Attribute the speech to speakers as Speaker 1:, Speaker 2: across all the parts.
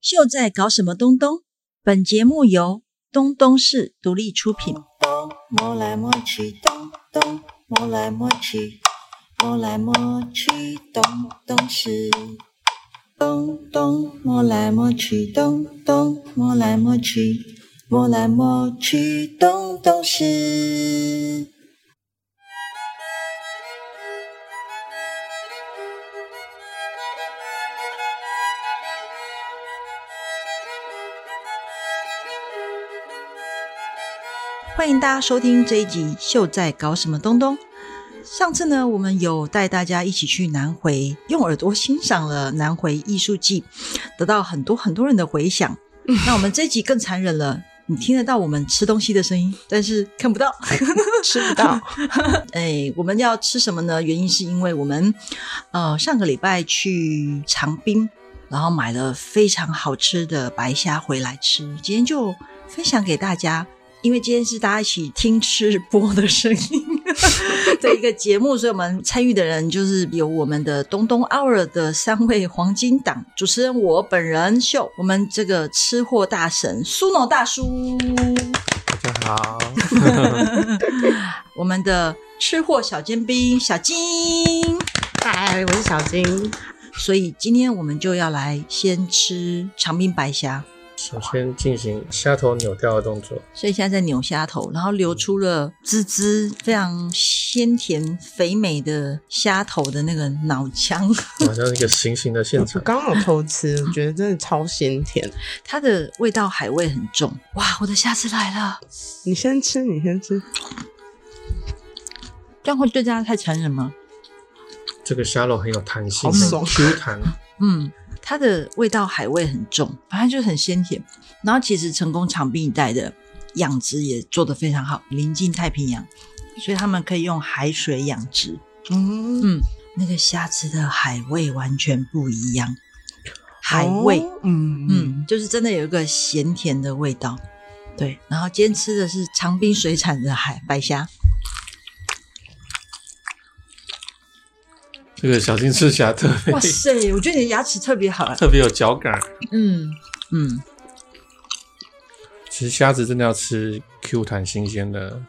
Speaker 1: 秀在搞什么东东？本节目由东东市独立出品。
Speaker 2: 东摸来摸去，东东摸来摸去，摸来摸去，东东是。东东摸来摸去，东东摸来摸去，摸来摸去，东东是。
Speaker 1: 欢迎大家收听这一集《秀在搞什么东东》。上次呢，我们有带大家一起去南回，用耳朵欣赏了南回艺术季，得到很多很多人的回 响。那我们这一集更残忍了，你听得到我们吃东西的声音，但是看不到。
Speaker 3: 吃不到。
Speaker 1: 哎，我们要吃什么呢？原因是因为我们呃上个礼拜去长滨，然后买了非常好吃的白虾回来吃，今天就分享给大家。因为今天是大家一起听吃播的声音 的一个节目，所以我们参与的人就是有我们的东东 hour 的三位黄金档主持人，我本人秀，我们这个吃货大神苏诺大叔。
Speaker 4: 大家好，
Speaker 1: 我们的吃货小尖兵小金。
Speaker 3: 嗨，我是小金。
Speaker 1: 所以今天我们就要来先吃长滨白虾，
Speaker 4: 首先进行虾头扭掉的动作，
Speaker 1: 所以现在在扭虾头，然后流出了滋滋非常鲜甜肥美的虾头的那个脑浆，
Speaker 4: 好像一个行刑的现
Speaker 3: 我
Speaker 4: 场。
Speaker 3: 刚好偷吃，我觉得真的超鲜甜。
Speaker 1: 它的味道海味很重。哇，我的虾子来了！
Speaker 3: 你先吃，你先吃。
Speaker 1: 这样会对大家太残忍吗？
Speaker 4: 这个虾肉很有弹性，
Speaker 3: 好爽
Speaker 4: Q 弹。
Speaker 1: 嗯，它的味道海味很重，反正就是很鲜甜。然后其实成功长滨一带的养殖也做得非常好，临近太平洋，所以他们可以用海水养殖。
Speaker 3: 嗯，
Speaker 1: 嗯，那个虾子的海味完全不一样，海味，
Speaker 3: 哦嗯嗯，
Speaker 1: 嗯，就是真的有一个咸甜的味道。对，然后今天吃的是长滨水产的海白虾，
Speaker 4: 这个小金翅虾特别，
Speaker 1: 哇塞，我觉得你的牙齿特别好、啊
Speaker 4: 特别有嚼感。
Speaker 1: 嗯嗯，
Speaker 4: 其实虾子真的要吃 Q 弹新鲜的，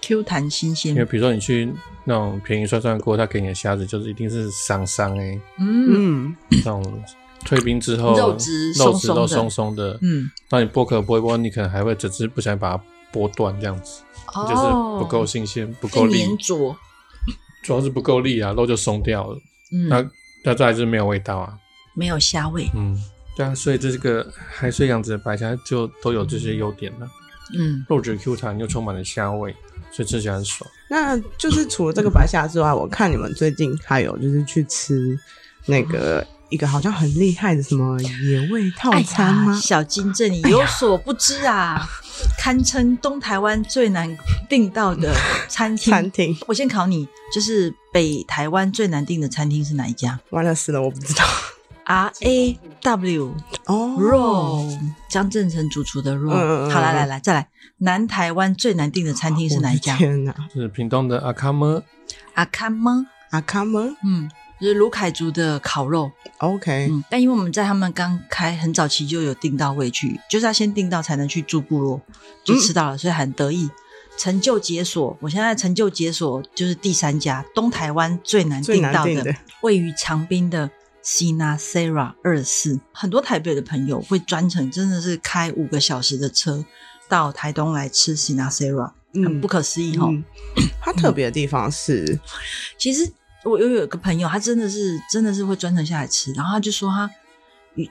Speaker 1: ，Q 弹新鲜
Speaker 4: 因为，比如说你去那种便宜涮涮锅，他给你的虾子就是一定是桑桑哎，
Speaker 1: 嗯
Speaker 3: 嗯，
Speaker 4: 那种退冰之后
Speaker 1: 肉质松
Speaker 4: 肉质
Speaker 1: 松的
Speaker 4: 都松松的，
Speaker 1: 嗯，
Speaker 4: 那你剥壳剥一剥，你可能还会只是不小心把它剥断这样子，就是不够
Speaker 1: 哦
Speaker 4: 新鲜，不够
Speaker 1: 不
Speaker 4: 力，
Speaker 1: 粘着，
Speaker 4: 主要是不够力啊，肉就松掉了。
Speaker 1: 嗯，
Speaker 4: 那那再来就是没有味道啊。
Speaker 1: 没有虾味，
Speaker 4: 嗯，对啊，所以这个海水养殖的白虾就都有这些优点了，
Speaker 1: 嗯，
Speaker 4: 肉质 Q 弹又充满了虾味，所以吃起来很爽。
Speaker 3: 那就是除了这个白虾之外，我看你们最近还有就是去吃那个一个好像很厉害的什么野味套
Speaker 1: 哎呀
Speaker 3: 餐吗？
Speaker 1: 小金这你有所不知啊，堪称东台湾最难订到的 餐厅。
Speaker 3: 餐厅
Speaker 1: 我先考你，就是北台湾最难订的餐厅是哪一家
Speaker 3: 完了死了，我 不知道。
Speaker 1: ？R A W
Speaker 3: 哦
Speaker 1: Roll，江正成主厨的 Roll。
Speaker 3: 嗯嗯嗯
Speaker 1: 好，来来来，再来，南台湾最难订的餐厅是哪一
Speaker 3: 我
Speaker 1: 家
Speaker 3: 的？哦天哪，
Speaker 4: 就是屏东的阿卡么，
Speaker 1: 阿康吗？
Speaker 3: 阿卡们
Speaker 1: 嗯，就是卢凯族的烤肉。
Speaker 3: ，OK，
Speaker 1: 嗯，但因为我们在他们刚开很早期就有订到位去，就是要先订到才能去住部落，
Speaker 3: 嗯
Speaker 1: 就吃到了，所以很得意。成就解锁，我现在成就解锁就是第三家东台湾最难
Speaker 3: 最
Speaker 1: 订
Speaker 3: 难
Speaker 1: 到
Speaker 3: 订
Speaker 1: 的，
Speaker 3: 的
Speaker 1: 位于长滨的 Sina Sara 二四。很多台北的朋友会专程真的是开五个小时的车到台东来吃 Sina Sara，很
Speaker 3: 嗯
Speaker 1: 不可思议哈、
Speaker 3: 嗯，它特别的地方是，
Speaker 1: 其实我又有一个朋友，他真的是真的是会专程下来吃，然后他就说他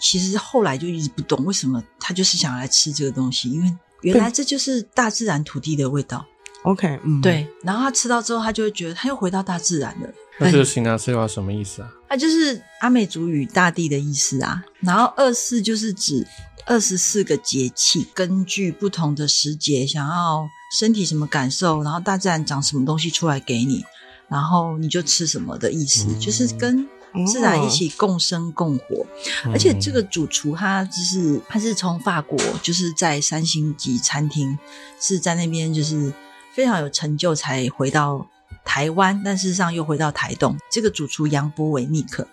Speaker 1: 其实后来就一直不懂为什么他就是想要来吃这个东西，因为原来这就是大自然土地的味道。
Speaker 3: OK，嗯，，
Speaker 1: 对，然后他吃到之后，他就会觉得他又回到大自然了。
Speaker 4: 那这个新拿是话什么意思啊？
Speaker 1: 它就是阿美族语“大地”的意思啊。然后二四就是指二十四个节气，根据不同的时节，想要身体什么感受，然后大自然长什么东西出来给你，然后你就吃什么的意思，
Speaker 4: 嗯
Speaker 1: 就是跟
Speaker 3: 哦
Speaker 1: 自然一起共生共活。哎
Speaker 4: 嗯
Speaker 1: 而且这个主厨他就是他是从法国，就是在三星级餐厅是在那边就是非常有成就才回到台湾，但事实上又回到台东。这个主厨杨波维尼克，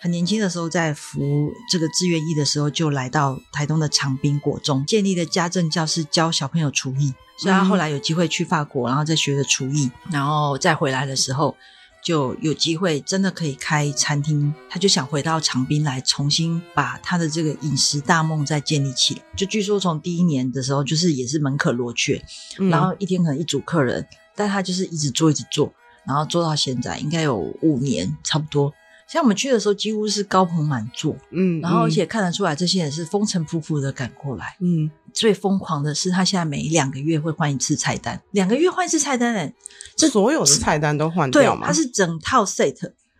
Speaker 1: 很年轻的时候在服这个志愿役的时候，就来到台东的长滨国中，建立的家政教室教小朋友厨艺。所以他后来有机会去法国，然后再学的厨艺，然后再回来的时候，就有机会真的可以开餐厅。他就想回到长滨来，重新把他的这个饮食大梦再建立起来。就据说从第一年的时候，就是也是门可罗雀，
Speaker 3: 嗯
Speaker 1: 然后一天可能一组客人，但他就是一直做一直做，然后做到现在应该有五年差不多。像我们去的时候，几乎是高朋满座，
Speaker 3: 嗯，
Speaker 1: 然后而且看得出来，这些人是风尘仆仆的赶过来。
Speaker 3: 嗯，
Speaker 1: 最疯狂的是，他现在每两个月会换一次菜单，两个月换一次菜单、欸，
Speaker 3: 这所有的菜单都换
Speaker 1: 对
Speaker 3: 掉，吗？
Speaker 1: 它 是整套 set。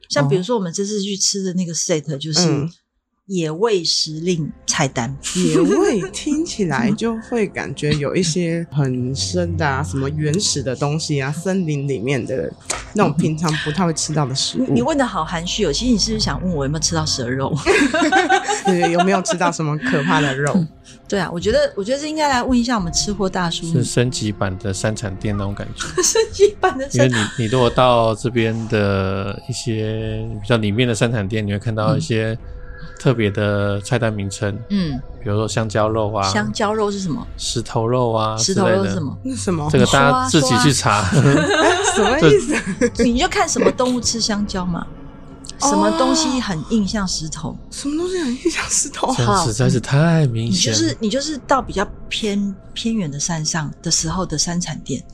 Speaker 1: 像比如说我们这次去吃的那个 set 就是
Speaker 3: 嗯
Speaker 1: 野味时令菜 单，
Speaker 3: 野味听起 来就会感觉有一些很深的啊，什么原始的东西啊，森林里面的那种平常不太会吃到的食
Speaker 1: 你
Speaker 3: 物。
Speaker 1: 问的好含蓄哦，其实你是不是想问我有没有吃到蛇肉？
Speaker 3: 对有没有吃到什么可怕的 肉？
Speaker 1: 对啊，我觉得我觉得这应该来问一下我们吃货大叔，
Speaker 4: 是升级版的三产店那种感 觉。
Speaker 1: 升级版的
Speaker 4: 因为
Speaker 1: 生
Speaker 4: 你你如果到这边的一些比较里面的生产店，你会看到一些特别的菜单名称，
Speaker 1: 嗯，
Speaker 4: 比如说香蕉肉啊、
Speaker 1: 香蕉肉是什么？
Speaker 4: 石头肉啊之
Speaker 1: 石
Speaker 4: 类的，
Speaker 1: 头肉是什么？
Speaker 3: 那什么
Speaker 4: 这个
Speaker 1: 说
Speaker 4: 大
Speaker 1: 啊
Speaker 4: 家自己
Speaker 1: 说啊
Speaker 4: 去查。
Speaker 3: 什么意思？
Speaker 1: 你就看什么动物吃香蕉嘛，
Speaker 4: 哦
Speaker 1: 什么东西很硬像石头，
Speaker 3: 什么东西很像石头？
Speaker 4: 这实在是太明
Speaker 1: 你哦就
Speaker 4: 显了。
Speaker 1: 是你就是到比较偏偏远的山上的时候的山产店，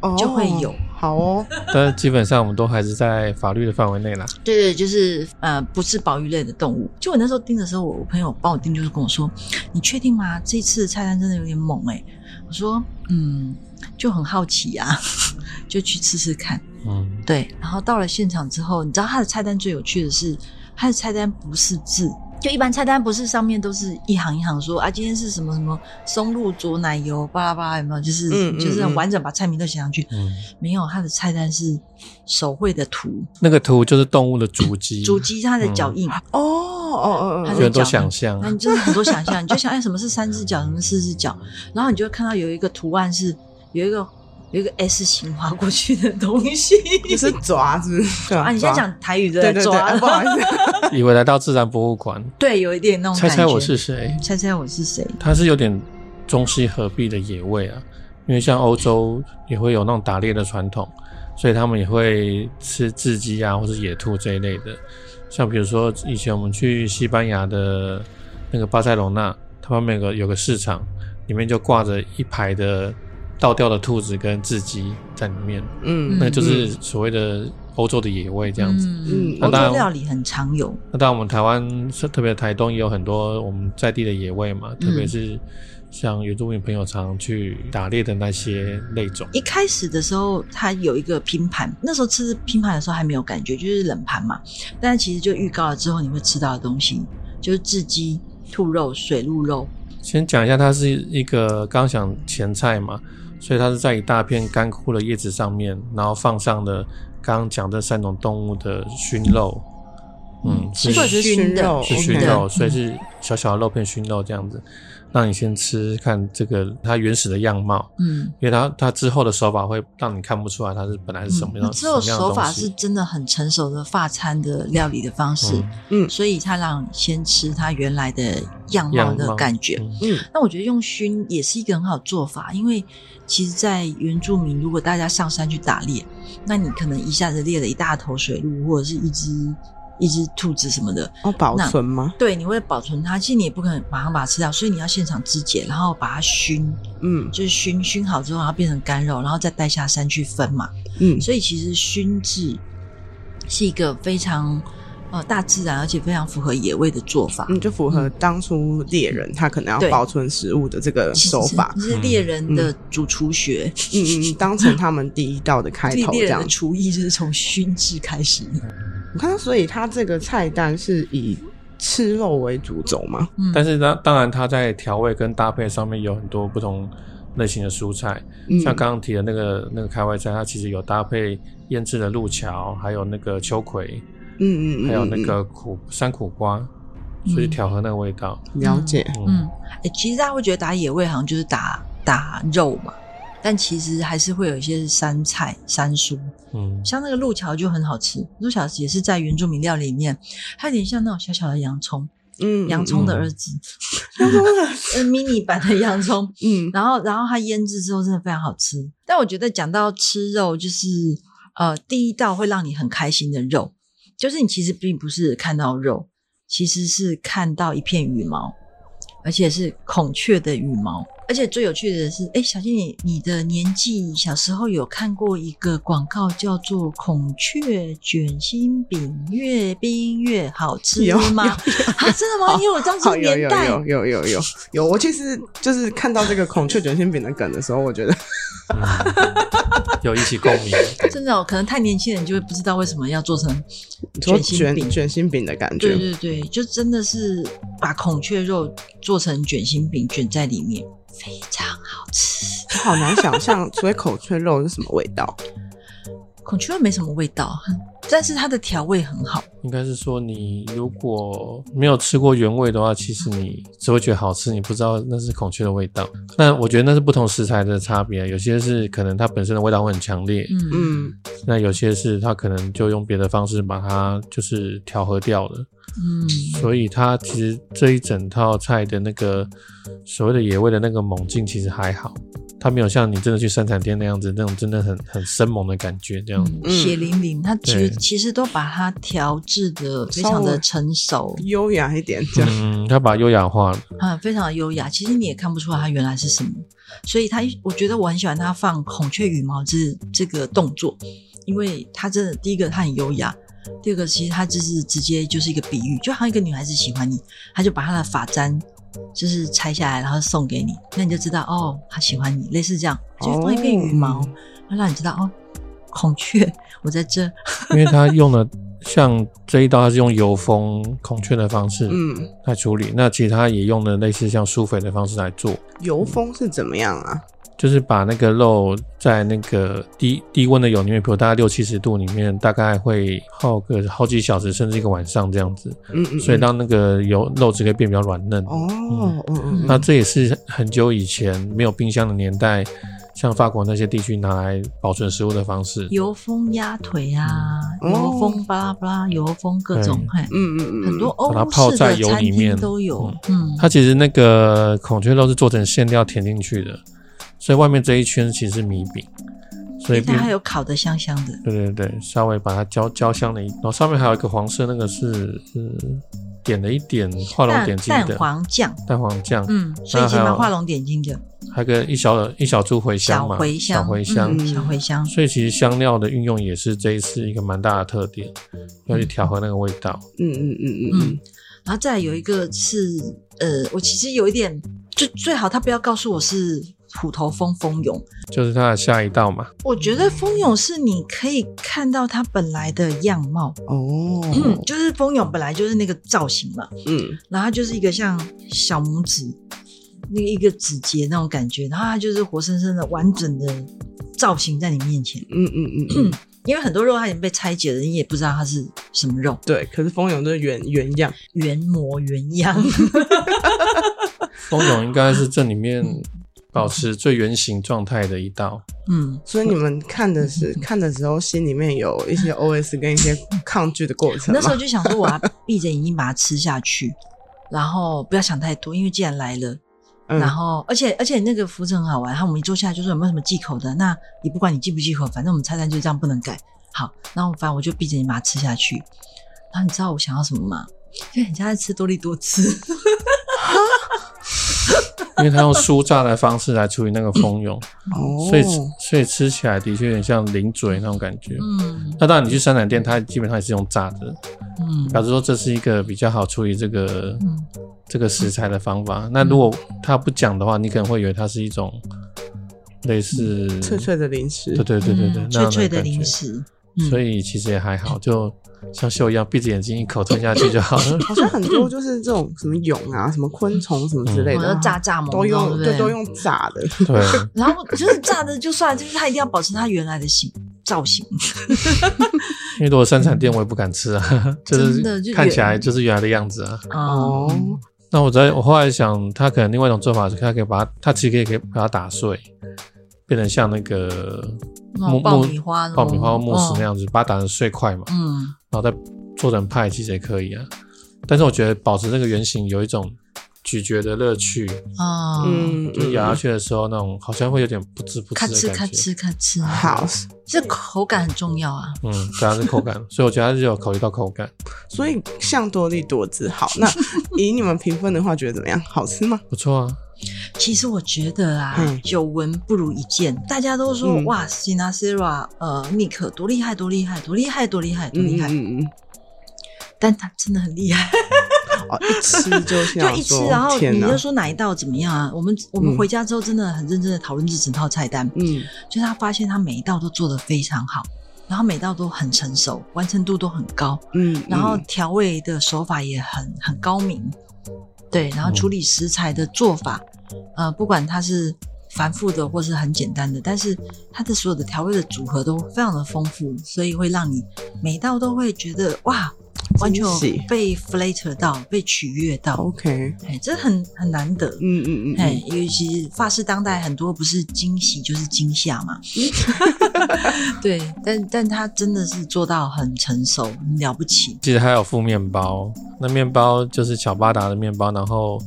Speaker 3: 哦
Speaker 1: 就会有。
Speaker 3: 好哦，
Speaker 4: 但基本上我们都还是在法律的范围内啦。
Speaker 1: 对对，就是呃不是保育类的动物。就我那时候订的时候，我我朋友帮我订，就是跟我说：“你确定吗？这次的菜单真的有点猛哎、我说：“嗯，就很好奇啊， 就去吃吃看。”
Speaker 4: 嗯，
Speaker 1: 对，然后到了现场之后，你知道它的菜单最有趣的是，它的菜单不是字，就一般菜单不是上面都是一行一行说啊，今天是什么什么松露佐奶油巴拉巴拉，有没有？就是、
Speaker 3: 嗯嗯
Speaker 1: 就是很
Speaker 3: 嗯
Speaker 1: 完整把菜名都写上去。
Speaker 4: 嗯
Speaker 1: 没有，它的菜单是手绘的图，
Speaker 4: 那个图就是动物的足迹，
Speaker 1: 足迹它的脚印，
Speaker 3: 哦哦哦
Speaker 1: 它
Speaker 4: 有
Speaker 1: 的
Speaker 4: 很
Speaker 1: 脚
Speaker 4: 多
Speaker 1: 印
Speaker 4: 想象
Speaker 1: 那。你就是很多想象，你就想哎，什么是三只脚，什么是四只脚，然后你就会看到有一个图案是有一个有一个 S 型划过去的东 西。
Speaker 3: 哦，就是爪子。对
Speaker 1: 啊，你现在讲台语
Speaker 3: 爪对
Speaker 1: 的
Speaker 3: 对
Speaker 1: 走
Speaker 3: 对，
Speaker 1: 啊
Speaker 3: 啊，不好意思，
Speaker 4: 以为来到自然博物馆，
Speaker 1: 对，有一点那种
Speaker 4: 猜
Speaker 1: 感觉。
Speaker 4: 猜我是谁？
Speaker 1: 猜猜我是谁？
Speaker 4: 它是有点中西合璧的野味啊，因为像欧洲也会有那种打猎的传统，所以他们也会吃雉鸡啊，或是野兔这一类的。像比如说以前我们去西班牙的那个巴塞隆纳，他们有个有个市场，里面就挂着一排的倒吊的兔子跟雉鸡在里面，
Speaker 3: 嗯，
Speaker 4: 那就是所谓的欧洲的野味这
Speaker 1: 这
Speaker 4: 样子。
Speaker 1: 嗯，
Speaker 3: 嗯
Speaker 1: 欧
Speaker 4: 那
Speaker 1: 洲
Speaker 4: 当然
Speaker 1: 料理很常有，
Speaker 4: 那当然，我们台湾是特别台东也有很多我们在地的野味嘛，特别是像原住民朋友常去打猎的那些类种。
Speaker 1: 一开始的时候，它有一个拼盘，那时候吃拼盘的时候还没有感觉，就是冷盘嘛。但是其实就预告了之后你会吃到的东西，就是雉鸡、兔肉、水鹿肉。
Speaker 4: 先讲一下，它是一个刚想前菜嘛，所以它是在一大片干枯的叶子上面，然后放上了刚刚讲这三种动物的熏肉，嗯，
Speaker 1: 是
Speaker 3: 所以是
Speaker 1: 熏
Speaker 3: 熏肉
Speaker 1: 的，
Speaker 4: 是熏
Speaker 1: 的
Speaker 4: 肉，所以是小小的肉片熏肉这样子，让你先吃看这个它原始的样貌。
Speaker 1: 嗯，
Speaker 4: 因为它它之后的手法会让你看不出来它是本来是什么样、
Speaker 1: 嗯只有
Speaker 4: 什么样的
Speaker 1: 手
Speaker 4: 东
Speaker 1: 法
Speaker 4: 西
Speaker 1: 是真的很成熟的法餐的料理的方式，
Speaker 3: 嗯
Speaker 1: 所以它让你先吃它原来的样貌
Speaker 4: 样
Speaker 1: 的
Speaker 4: 貌
Speaker 1: 感觉。
Speaker 4: 嗯
Speaker 3: 嗯
Speaker 1: 那我觉得用熏也是一个很好的做法，因为其实，在原住民，如果大家上山去打猎，那你可能一下子猎了一大头水鹿，或者是一只一只兔子什么的，
Speaker 3: 哦，保存吗？
Speaker 1: 对，你为了保存它，其实你也不可能马上把它吃掉，所以你要现场肢解，然后把它熏，
Speaker 3: 嗯
Speaker 1: 就是熏熏好之后，然后变成干肉，然后再带下山去分嘛。
Speaker 3: 嗯
Speaker 1: 所以其实熏制是一个非常呃大自然，而且非常符合野味的做法。
Speaker 3: 嗯，就符合当初猎人他可能
Speaker 1: 对
Speaker 3: 要保存食物的这个
Speaker 1: 其实
Speaker 3: 手法。
Speaker 1: 是是猎人的主厨学，
Speaker 3: 嗯嗯，嗯，当成他们第一道的开
Speaker 1: 地
Speaker 3: 头
Speaker 1: 猎
Speaker 3: 这
Speaker 1: 人
Speaker 3: 样
Speaker 1: 的。厨艺就是从熏制开始的。
Speaker 3: 我看到，所以他这个菜单是以吃肉为主轴嘛？
Speaker 1: 嗯
Speaker 4: 但是它当然它在调味跟搭配上面有很多不同类型的蔬菜，
Speaker 3: 嗯
Speaker 4: 像刚刚提的那个那个开胃菜，它其实有搭配腌制的鹿桥，还有那个秋葵，
Speaker 3: 嗯嗯嗯，
Speaker 4: 还有那
Speaker 3: 嗯
Speaker 4: 个苦山苦瓜，
Speaker 1: 嗯
Speaker 4: 所以调和那个味道。
Speaker 3: 嗯了解。
Speaker 1: 嗯，哎、其实大家会觉得打野味好像就是打打肉嘛，但其实还是会有一些山菜、山蔬，
Speaker 4: 嗯，
Speaker 1: 像那个鹿桥就很好吃。鹿桥也是在原住民料理里面，它有点像那种小小的洋葱，
Speaker 3: 嗯，
Speaker 1: 洋葱的儿子，
Speaker 3: 洋葱的，
Speaker 1: 呃，mini 版的洋葱。
Speaker 3: 嗯
Speaker 1: 然后，然后它腌制之后真的非常好吃。但我觉得讲到吃肉，就是呃，第一道会让你很开心的肉，就是你其实并不是看到肉，其实是看到一片羽毛，而且是孔雀的羽毛。而且最有趣的是，哎，小金，你你的年纪小时候有看过一个广告叫做“孔雀卷心饼越冰越好吃”
Speaker 3: 有
Speaker 1: 吗？
Speaker 3: 有
Speaker 1: 啊，真的吗？因为我当 时
Speaker 3: 好有
Speaker 1: 年
Speaker 3: 有
Speaker 1: 代
Speaker 3: 有有有有有，我其实就是看到这个孔雀卷心饼的梗的时候，我觉得
Speaker 4: 嗯 有一起共鸣，
Speaker 1: 真的、哦，可能太年轻人就会不知道为什么要做成
Speaker 3: 说
Speaker 1: 卷心饼
Speaker 3: 卷。卷心饼的感觉，
Speaker 1: 对对对，就真的是把孔雀肉做成卷心饼卷在里面，非常好吃。
Speaker 3: 我好难想 象，所以孔雀肉是什么味道？
Speaker 1: 孔雀肉没什么味道，但是它的调味很好。
Speaker 4: 应该是说你如果没有吃过原味的话，其实你只会觉得好吃，你不知道那是孔雀的味道。那我觉得那是不同食材的差别，啊有些是可能它本身的味道会很强烈，
Speaker 1: 嗯，
Speaker 3: 嗯，
Speaker 4: 那有些是它可能就用别的方式把它就是调和掉了。
Speaker 1: 嗯，
Speaker 4: 所以它其实这一整套菜的那个所谓的野味的那个猛劲，其实还好，它没有像你真的去生产店那样子，那种真的很很生猛的感觉这样。
Speaker 1: 嗯血淋淋，它其实
Speaker 4: 对
Speaker 1: 其实都把它调制的非
Speaker 3: 稍
Speaker 1: 常
Speaker 3: 微
Speaker 1: 的成熟，
Speaker 3: 优雅一点这样。
Speaker 4: 嗯，它把它优雅化了，
Speaker 1: 啊，非常的优雅。其实你也看不出来它原来是什么，所以它我觉得我很喜欢它放孔雀羽毛这这个动作，因为它真的第一个它很优雅，第二个其实它就是直接就是一个比喻，就好像一个女孩子喜欢你，她就把她的发簪就是拆下来，然后送给你，那你就知道哦，她喜欢你，类似这样，就放一片羽毛，
Speaker 3: 哦
Speaker 1: 让你知道哦，孔雀我在这，
Speaker 4: 因为它用了像这一道，它是用油封孔雀的方式
Speaker 3: 嗯，
Speaker 4: 来处理，那其实它也用了类似像苏菲的方式来做，
Speaker 3: 油封是怎么样啊？
Speaker 4: 就是把那个肉在那个低低温的油里面，比如大概六七十度里面，大概会耗个好几小时，甚至一个晚上这样子。
Speaker 3: 嗯嗯，嗯
Speaker 4: 所以让那个油肉质可以变比较软嫩。
Speaker 3: 哦，嗯嗯
Speaker 4: 那
Speaker 3: 嗯，
Speaker 4: 这也是很久以前没有冰箱的年代，像法国那些地区拿来保存食物的方 式。
Speaker 1: 油封鸭腿啊，
Speaker 3: 嗯
Speaker 1: 油封巴拉巴拉，油封各种，嘿。
Speaker 3: 嗯嗯嗯，
Speaker 1: 很多欧
Speaker 4: 把它泡
Speaker 1: 式
Speaker 4: 在
Speaker 1: 的
Speaker 4: 油
Speaker 1: 餐
Speaker 4: 里
Speaker 1: 厅
Speaker 4: 面
Speaker 1: 都有，嗯，
Speaker 4: 它其实那个孔雀肉是做成馅料填进去的，所以外面这一圈其实是米饼，所以并
Speaker 1: 它还有烤的香香的，
Speaker 4: 对对对，稍微把它焦焦香了一，然后上面还有一个黄色，那个是是点了一点画龙
Speaker 1: 蛋
Speaker 4: 点睛
Speaker 1: 蛋
Speaker 4: 的
Speaker 1: 黄酱，
Speaker 4: 蛋黄酱，
Speaker 1: 嗯，所以
Speaker 4: 那
Speaker 1: 其实
Speaker 4: 还有
Speaker 1: 蛮画龙点睛的，
Speaker 4: 还有个一小一小株茴
Speaker 1: 小
Speaker 4: 香嘛，
Speaker 1: 茴香，
Speaker 4: 小茴香，
Speaker 1: 嗯小茴香，
Speaker 4: 所以其实香料的运用也是这一次一个蛮大的特点，要去调和那个味道。
Speaker 3: 嗯嗯嗯嗯
Speaker 1: 嗯
Speaker 3: 嗯，，
Speaker 1: 然后再来有一个是，呃，我其实有一点，就最好他不要告诉我是虎头蜂蜂蛹，
Speaker 4: 就是它的下一道 嘛，
Speaker 1: 我觉得蜂蛹是你可以看到它本来的样貌，
Speaker 4: 嗯
Speaker 3: 哦，
Speaker 1: 就是蜂蛹本来就是那个造型嘛，
Speaker 3: 嗯
Speaker 1: 然后它就是一个像小拇指那个一个指节那种感觉，然后它就是活生生的完整的造型在你面前。
Speaker 3: 嗯嗯嗯嗯，
Speaker 1: 因为很多肉它已经被拆解了，你也不知道它是什么肉，
Speaker 3: 对。可是蜂蛹就是原原样，
Speaker 1: 原模原样。
Speaker 4: 蜂蛹应该是这里面保持最原形状态的一道。
Speaker 1: 嗯，
Speaker 3: 所以你们看的是看的时候，心里面有一些 OS 跟一些抗拒的过程
Speaker 1: 那时候
Speaker 3: 嘛。
Speaker 1: 就想说我要闭着眼睛把它吃下去，然后不要想太多，因为既然来了，
Speaker 3: 嗯
Speaker 1: 然后而且而且那个扶子很好玩，然后我们一坐下来就说有没有什么忌口的，那也不管你忌不忌口，反正我们菜单就这样不能改。好，然后反正我就闭着眼把它吃下去。然后你知道我想要什么吗？就很像在吃多利多滋。
Speaker 4: 因为它用酥炸的方式来处理那个蜂蛹，
Speaker 3: 哦，
Speaker 4: 所以所以吃起来的确有点像零嘴那种感觉。
Speaker 1: 嗯
Speaker 4: 那当然，你去山产店，它基本上也是用炸的，
Speaker 1: 嗯
Speaker 4: 表示说这是一个比较好处理这个
Speaker 1: 嗯
Speaker 4: 这个食材的方法。那如果它不讲的话，你可能会以为它是一种类似
Speaker 3: 脆脆的零食
Speaker 4: 对，对对对对，
Speaker 1: 嗯
Speaker 4: 那
Speaker 1: 脆
Speaker 4: 样
Speaker 1: 脆的
Speaker 4: 感觉
Speaker 1: 零。食，嗯
Speaker 4: 所以其实也还好，就像秀一样，闭着眼睛一口吞下去就好了。
Speaker 3: 好像很多就是这种什么蛹啊、什么昆虫什么之类
Speaker 1: 嗯我
Speaker 3: 的
Speaker 1: 要，炸炸萌，
Speaker 3: 都用
Speaker 1: 对不
Speaker 3: 对
Speaker 1: 对
Speaker 3: 都用炸的。
Speaker 4: 对，
Speaker 1: 然后就是炸的就算了，就是它一定要保持它原来的形造型。
Speaker 4: 因为如果生产店我也不敢吃啊， 就
Speaker 1: 真的就是原
Speaker 4: 看起来就是原来的样子啊。
Speaker 1: 哦
Speaker 3: 哦，
Speaker 4: 那我在我后来想，他可能另外一种做法是，他可以把它，他其实可以可以把它打碎，变成像那个
Speaker 1: 那种
Speaker 4: 木
Speaker 1: 爆
Speaker 4: 木
Speaker 1: 米花那种
Speaker 4: 爆米花慕斯
Speaker 1: 嗯
Speaker 4: 那样子，把它打成碎块嘛，
Speaker 1: 嗯，
Speaker 4: 然后再做成派，其实也可以啊。但是我觉得保持这个原型有一种咀嚼的乐趣，
Speaker 1: 啊，
Speaker 3: 嗯，
Speaker 4: 就
Speaker 3: 嗯
Speaker 4: 咬下去的时候那种好像会有点不知不
Speaker 1: 咔
Speaker 4: 觉
Speaker 1: 哧
Speaker 4: 的
Speaker 1: 咔
Speaker 4: 感觉。
Speaker 1: 哧咔哧，
Speaker 3: 好，
Speaker 1: 这口感很重要啊。
Speaker 4: 嗯，对啊，是口感，所以我觉得它是有考虑到口感，
Speaker 3: 所以像多利多姿好。那以你们评分的话，觉得怎么样？好吃吗？
Speaker 4: 不错啊。
Speaker 1: 其实我觉得啊，
Speaker 3: 嗯
Speaker 1: 久闻不如一见。大家都说、
Speaker 3: 嗯
Speaker 1: 哇，Sina Sera，呃，Nick 多厉害，多厉害，多厉害，多厉害，多厉
Speaker 3: 嗯
Speaker 1: 害。
Speaker 3: 嗯嗯嗯，
Speaker 1: 但他真的很厉害，
Speaker 3: 哦，一吃就
Speaker 1: 就
Speaker 3: 想
Speaker 1: 一吃，
Speaker 3: 啊说
Speaker 1: 然后
Speaker 3: 天
Speaker 1: 你
Speaker 3: 哪
Speaker 1: 就，说哪一道怎么样啊？我们我们
Speaker 3: 嗯
Speaker 1: 回家之后真的很认真的讨论这整套菜单，
Speaker 3: 嗯
Speaker 1: 就他发现他每一道都做得非常好，然后每道都很成熟，完成度都很高，
Speaker 3: 嗯，
Speaker 1: 然后
Speaker 3: 嗯
Speaker 1: 调味的手法也很很高明，对，
Speaker 3: 嗯
Speaker 1: 然后处理食材的做法，呃，不管它是繁复的或是很简单的，但是它的所有的调味的组合都非常的丰富，所以会让你每一道都会觉得哇，完全有
Speaker 3: 惊喜
Speaker 1: 被 flatter 到，被取悦到，
Speaker 3: OK，
Speaker 1: 哎，这很很难得。
Speaker 3: 嗯嗯嗯
Speaker 1: 哎
Speaker 3: 嗯，，
Speaker 1: 尤其是法式当代很多不是惊喜就是惊吓 嘛，对，但但他真的是做到很成熟，很了不起，
Speaker 4: 其实还有副面包，那面包就是小巴达的面包，然后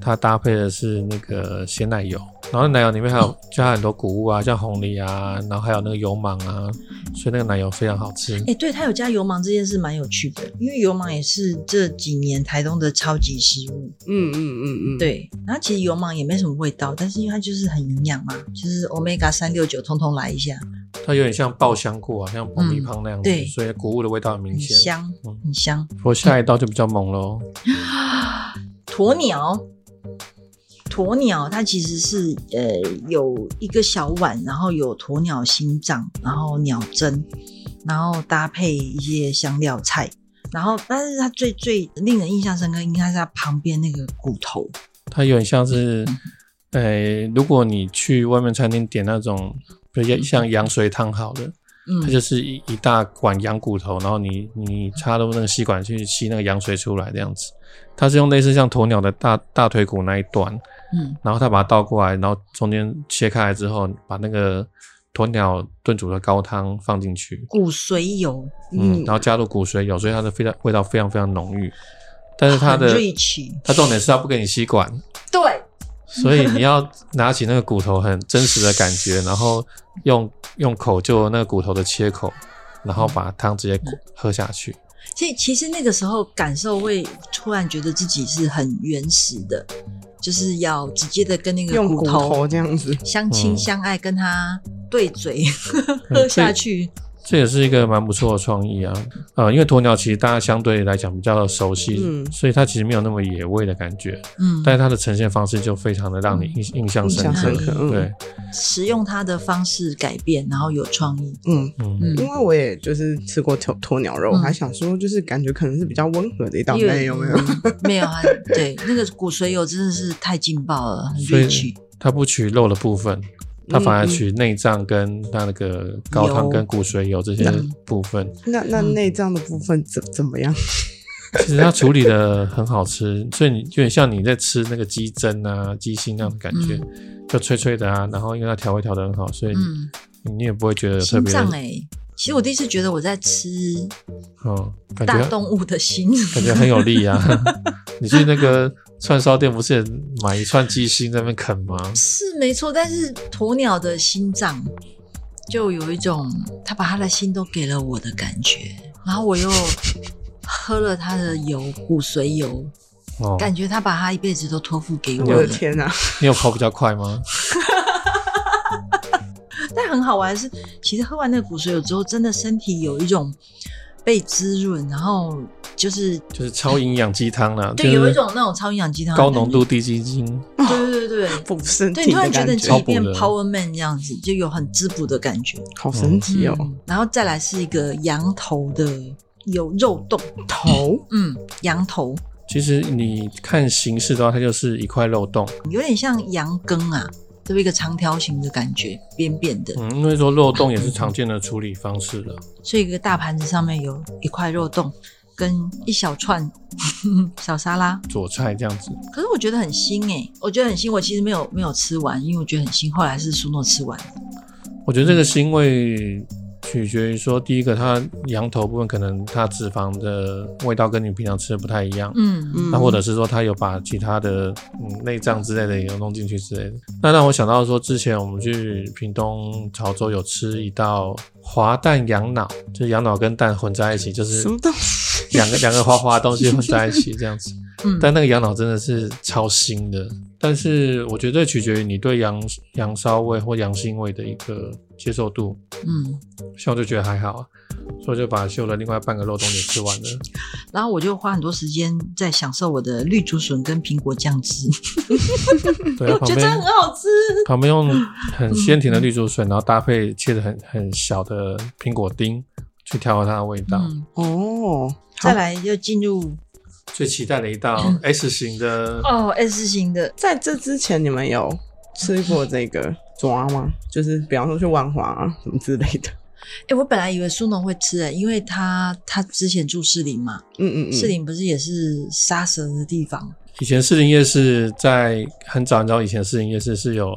Speaker 4: 它搭配的是那个鲜奶油，然后奶油里面还有加很多谷物啊，像红梨啊，然后还有那个油芒啊，所以那个奶油非常好吃。
Speaker 1: 哎、对他有加油芒这件事蛮有趣的，因为油芒也是这几年台东的超级食物。
Speaker 3: 嗯嗯嗯嗯，，
Speaker 1: 对，然后其实油芒也没什么味道，但是因为它就是很营养嘛，就是 omega 三六九，通通来一下，
Speaker 4: 它有点像爆香菇啊，像蓬皮胖那样
Speaker 1: 嗯
Speaker 4: 子，
Speaker 1: 对
Speaker 4: 所以谷物的味道很明
Speaker 1: 很
Speaker 4: 显。
Speaker 1: 香，很香。
Speaker 4: 不过下一道就比较猛喽，
Speaker 1: 鸵鸟，鸵鸟它其实是呃有一个小碗，然后有鸵鸟心脏，然后鸟胗，然后搭配一些香料菜，然后但是它最最令人印象深刻应该是它旁边那个骨头，
Speaker 4: 它有点像是，
Speaker 1: 嗯
Speaker 4: 呃，如果你去外面餐厅点那种，比如像羊水汤好了。它
Speaker 1: 嗯，
Speaker 4: 就是一一大管羊骨头，然后你你插入那个吸管去吸那个羊水出来这样子。它是用类似像鸵鸟的大大腿骨那一段，
Speaker 1: 嗯，
Speaker 4: 然后它把它倒过来，然后中间切开来之后，把那个鸵鸟炖煮的高汤放进去，
Speaker 1: 骨髓油，
Speaker 4: 嗯，然后加入骨髓油，所以它的味道味道非常非常浓郁。但是它的
Speaker 1: 很 rich
Speaker 4: 它重点是它不给你吸管，
Speaker 1: 对，
Speaker 4: 所以你要拿起那个骨头，很真实的感觉，然后用用口就那个骨头的切口，然后把汤直接咕喝下去。
Speaker 1: 所以其实那个时候感受会突然觉得自己是很原始的，就是要直接的跟那个
Speaker 3: 用
Speaker 1: 骨
Speaker 3: 骨
Speaker 1: 头
Speaker 3: 头这样子，
Speaker 1: 相亲
Speaker 4: 嗯
Speaker 1: 相爱，跟他对嘴、
Speaker 4: 嗯
Speaker 1: 喝下
Speaker 4: 对
Speaker 1: 去。
Speaker 4: 这也是一个蛮不错的创意啊，呃，因为鸵鸟其实大家相对来讲比较熟悉，
Speaker 3: 嗯
Speaker 4: 所以它其实没有那么野味的感觉，
Speaker 1: 嗯，
Speaker 4: 但是它的呈现方式就非常的让你印印象
Speaker 3: 印象
Speaker 4: 深刻
Speaker 3: 深。刻，嗯
Speaker 4: 对，，
Speaker 1: 使用它的方式改变，然后有创意。
Speaker 3: 嗯。
Speaker 4: 嗯，
Speaker 1: 嗯
Speaker 3: 因，为我也就是吃过鸵鸵鸟肉，我
Speaker 1: 嗯
Speaker 3: 还想说就是感觉可能是比较温和的一道
Speaker 1: 因为
Speaker 3: 菜，有没有？？
Speaker 1: 嗯没有啊，对，那个骨髓油真的是太劲爆了，很
Speaker 4: 所以
Speaker 1: rich。
Speaker 4: 它不取肉的部分，它反而
Speaker 3: 嗯嗯
Speaker 4: 取内脏跟它那个高汤
Speaker 1: 油
Speaker 4: 跟骨髓油这些
Speaker 1: 嗯
Speaker 4: 部分。
Speaker 3: 那那
Speaker 1: 嗯
Speaker 3: 内脏的部分怎怎么样？
Speaker 4: 其实它处理的很好吃，所以你就很像你在吃那个鸡胗啊、鸡心那样的感觉，就脆脆的啊。然后因为它调味调的很好，所以
Speaker 1: 嗯，
Speaker 4: 你也不会觉得有特
Speaker 1: 心
Speaker 4: 别的
Speaker 1: 脏，哎、其实我第一次觉得我在吃
Speaker 4: 嗯，感
Speaker 1: 大
Speaker 4: 觉
Speaker 1: 动物的心。
Speaker 4: 感觉很有力啊。 你去那个串烧店不是也买一串鸡心在那边啃吗？
Speaker 1: 是没错，但是鸵鸟的心脏就有一种，它把它的心都给了我的感觉，然后我 又喝了它的油，骨髓油，
Speaker 4: 哦，
Speaker 1: 感觉它把它一辈子都托付给我
Speaker 3: 我的
Speaker 1: 了。
Speaker 3: 天哪、
Speaker 4: 你有跑比较快吗？
Speaker 1: 但很好玩的是，其实喝完那个骨髓油之后，真的身体有一种被滋润，然后就是
Speaker 4: 就是超营养鸡汤啦，
Speaker 1: 对，
Speaker 4: 就是
Speaker 1: 有一种那种超营养鸡汤的
Speaker 4: 高
Speaker 1: 感
Speaker 4: 浓
Speaker 1: 觉
Speaker 4: 度，低基精，
Speaker 1: 对对对对。
Speaker 3: 补身
Speaker 1: 对，你
Speaker 3: 体
Speaker 1: 突
Speaker 3: 哦的
Speaker 1: 然觉
Speaker 3: 感
Speaker 1: 得你
Speaker 4: 超
Speaker 1: 自己
Speaker 4: 补
Speaker 3: 觉，
Speaker 1: 变
Speaker 4: 的
Speaker 1: power man 这样子，就有很滋补的感觉。
Speaker 3: 好神奇哦！
Speaker 1: 嗯然后再来是一个羊头的有肉冻，
Speaker 3: 头
Speaker 1: 嗯，羊头
Speaker 4: 其实你看形式的话，它就是一块肉冻。
Speaker 1: 有点像羊羹啊，这一个长条形的感觉，扁扁的，
Speaker 4: 嗯，因为说肉冻也是常见的处理方式了。
Speaker 1: 所以一个大盘子上面有一块肉冻跟一小串 小沙拉。
Speaker 4: 佐菜这样子，
Speaker 1: 可欸是我觉得很腥哎、我觉得很腥，我其实没有没有吃完，因为我觉得很腥，后来是苏诺吃完的。
Speaker 4: 我觉得这个腥味取决于说，第一个它羊头部分可能它脂肪的味道跟你平常吃的不太一样，
Speaker 1: 嗯
Speaker 3: 嗯
Speaker 4: 那或者是说他有把其他的嗯内脏之类的也有弄进去之类的。那让我想到说，之前我们去屏东潮州有吃一道滑蛋羊脑，就是羊脑跟蛋混在一起，就是
Speaker 3: 什么东西？
Speaker 4: 两个两个滑滑的东西混在一起这样子。
Speaker 1: 嗯
Speaker 4: 但那个羊脑真的是超腥的，但是我觉得这取决于你对羊羊骚味或羊腥味的一个接受度。
Speaker 1: 嗯，
Speaker 4: 像我就觉得还好啊，所以我就把秀的另外半个肉冻也吃完了。
Speaker 1: 然后我就花很多时间在享受我的绿竹笋跟苹果酱汁，
Speaker 4: 对啊，
Speaker 1: 我
Speaker 4: 旁
Speaker 1: 觉得真
Speaker 4: 边
Speaker 1: 的很好嗯吃。
Speaker 4: 旁边用很鲜甜的绿竹笋，然后搭配切的很很小的苹果丁，去调和它的味道。
Speaker 1: 嗯，
Speaker 3: 哦，
Speaker 1: 再来就进入
Speaker 4: 最期待的 一道 S 型的，
Speaker 1: 哦 S 型的，
Speaker 3: 在这之前你们有吃过这个抓吗？就是比方说去万华、啊、什么之类的。
Speaker 1: 哎，我本来以为苏农会吃诶，因为他他之前住士林嘛，
Speaker 3: 嗯嗯嗯，
Speaker 1: 士林不是也是杀蛇的地方？
Speaker 4: 以前士林夜市在很早很早以前，士林夜市是有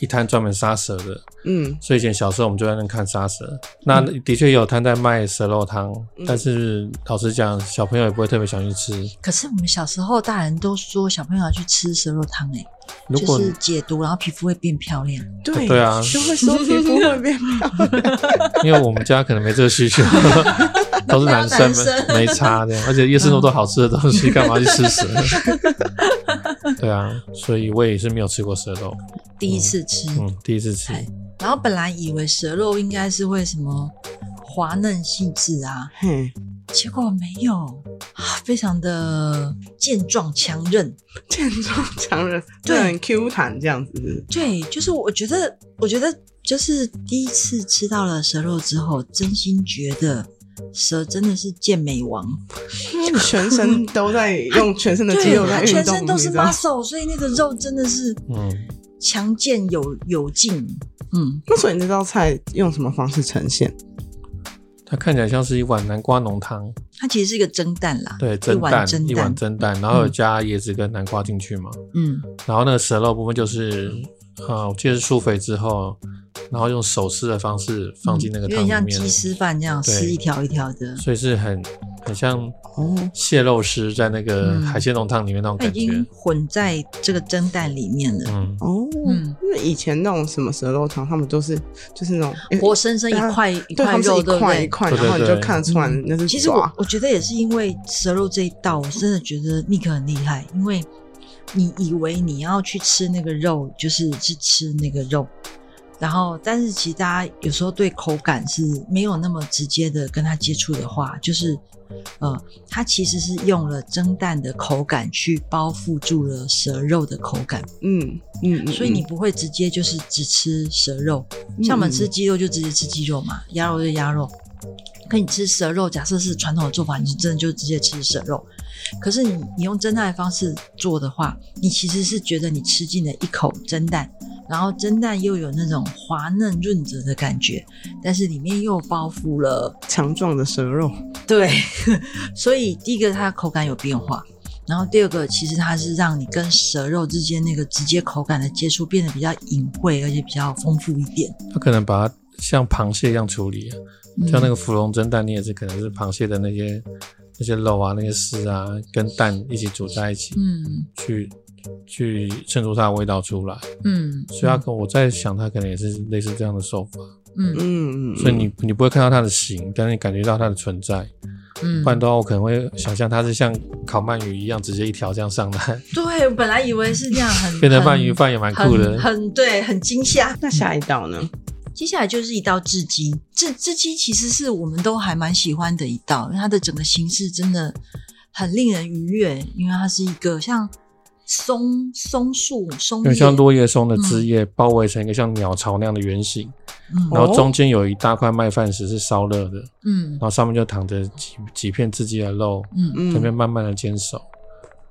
Speaker 4: 一摊专门杀蛇的，
Speaker 3: 嗯
Speaker 4: 所以以前小时候我们就在那看杀蛇。那的确有摊在卖蛇肉汤，
Speaker 3: 嗯
Speaker 4: 但是老实讲，小朋友也不会特别想去吃。
Speaker 1: 可是我们小时候大人都说小朋友要去吃蛇肉汤诶，
Speaker 4: 如
Speaker 1: 就
Speaker 4: 果
Speaker 1: 是解毒，然后皮肤会变漂亮。
Speaker 3: 对
Speaker 4: 对啊
Speaker 3: 就会说皮肤会 变漂亮。
Speaker 4: 因为我们家可能没这个需求， 都是男生们没差这样，而且夜市那么多好吃的东西，干嘛去吃蛇？对啊，所以我也是没有吃过蛇肉，
Speaker 1: 第一次吃，
Speaker 4: 嗯，第一次吃，
Speaker 1: 哎然后本来以为蛇肉应该是会什么滑嫩细致啊，
Speaker 3: 嘿，
Speaker 1: 结果没有，啊非常的健壮强韧。
Speaker 3: 健壮强人，
Speaker 1: 对
Speaker 3: 对，很 Q 弹这样子。
Speaker 1: 对，就是我觉得，我觉得就是第一次吃到了蛇肉之后，真心觉得蛇真的是健美王，
Speaker 3: 因为你全身都在用全身的肌
Speaker 1: 嗯对，
Speaker 3: 肉在
Speaker 1: 它
Speaker 3: 运动，
Speaker 1: 全身都是
Speaker 3: 你知道
Speaker 1: muscle，所以那个肉真的是
Speaker 4: 嗯，
Speaker 1: 强健有有劲。嗯，
Speaker 3: 那所以那道菜用什么方式呈现？
Speaker 4: 它看起来像是一碗南瓜浓汤，
Speaker 1: 它其实是一个蒸蛋啦，
Speaker 4: 对，
Speaker 1: 一
Speaker 4: 蒸
Speaker 1: 碗
Speaker 4: 蛋
Speaker 1: 蒸
Speaker 4: 一
Speaker 1: 蛋
Speaker 4: 碗，蒸蛋，然后有加椰子跟南瓜进去嘛，
Speaker 1: 嗯，
Speaker 4: 然后那个蛇肉部分就是，呃，我记得是疏肥之后，然后用手撕的方式放进那个
Speaker 1: 嗯有点
Speaker 4: 汤里
Speaker 1: 像
Speaker 4: 面
Speaker 1: 鸡，丝饭这样，
Speaker 4: 对
Speaker 1: 撕一条一条的，
Speaker 4: 所以是很很像
Speaker 3: 哦，
Speaker 4: 蟹肉丝在那个
Speaker 1: 嗯
Speaker 4: 海鲜浓汤里面那种
Speaker 1: 它已
Speaker 4: 感觉。
Speaker 1: 经混在这个蒸蛋里面了。
Speaker 4: 嗯，
Speaker 3: 哦，
Speaker 1: 嗯
Speaker 3: 那以前那种什么蛇肉汤，他们都是就是那种
Speaker 1: 活生生一块一
Speaker 3: 对，
Speaker 1: 块
Speaker 3: 啊他们是
Speaker 1: 肉，
Speaker 3: 一
Speaker 1: 对不
Speaker 3: 块
Speaker 1: 对
Speaker 3: 一？块，
Speaker 4: 对对
Speaker 3: 然后你
Speaker 4: 对
Speaker 3: 就看得出来
Speaker 1: 嗯
Speaker 3: 那是
Speaker 1: 其实我
Speaker 3: 爪
Speaker 1: 我觉得也是因为蛇肉这一道，我真的觉得 Nick 很厉害，因为你以为你要去吃那个肉，就是去吃那个肉，然后但是其实大家有时候对口感是没有那么直接的跟它接触的话，就是呃，它其实是用了蒸蛋的口感去包覆住了蛇肉的口感，
Speaker 3: 嗯嗯，嗯
Speaker 1: 所以你不会直接就是只吃蛇肉，
Speaker 3: 嗯
Speaker 1: 像我们吃鸡肉就直接吃鸡肉嘛，鸭肉就鸭肉。可你吃蛇肉，假设是传统的做法，你真的就直接吃蛇肉。可是你你用蒸蛋的方式做的话，你其实是觉得你吃进了一口蒸蛋，然后蒸蛋又有那种滑嫩润泽的感觉，但是里面又包覆了
Speaker 3: 强壮的蛇肉，
Speaker 1: 对， 所以第一个它的口感有变化，然后第二个其实它是让你跟蛇肉之间那个直接口感的接触变得比较隐晦，而且比较丰富一点。
Speaker 4: 它可能把它像螃蟹一样处理，啊
Speaker 1: 嗯
Speaker 4: 像那个芙蓉蒸蛋，你也是可能是螃蟹的那些那些肉啊、那些丝啊，跟蛋一起煮在一起，
Speaker 1: 嗯
Speaker 4: 去去衬出它的味道出来。
Speaker 1: 嗯，
Speaker 4: 所以它可我在想，它可能也是类似这样的手法，
Speaker 1: 嗯
Speaker 3: 嗯，嗯
Speaker 4: 所以你你不会看到它的形，但是你感觉到它的存在。
Speaker 1: 嗯
Speaker 4: 不然的话，我可能会想象它是像烤鳗鱼一样，直接一条这样上来，
Speaker 1: 对，我本来以为是这样很
Speaker 4: 变成
Speaker 1: 很
Speaker 4: 鳗鱼饭也蛮酷的
Speaker 1: 很。很对，很惊吓。
Speaker 3: 那下一道呢？
Speaker 1: 接下来就是一道雉鸡，雉雉鸡其实是我们都还蛮喜欢的一道，因为它的整个形式真的很令人愉悦，因为它是一个像松松树松
Speaker 4: 有
Speaker 1: 叶，
Speaker 4: 点像落叶松的枝叶包围成一个像鸟巢那样的圆形，
Speaker 1: 嗯
Speaker 4: 然后中间有一大块麦饭石是烧热的，
Speaker 1: 嗯
Speaker 4: 然后上面就躺着几几片自己的肉，
Speaker 1: 嗯
Speaker 4: 这边
Speaker 3: 嗯，
Speaker 4: 慢慢的煎熟，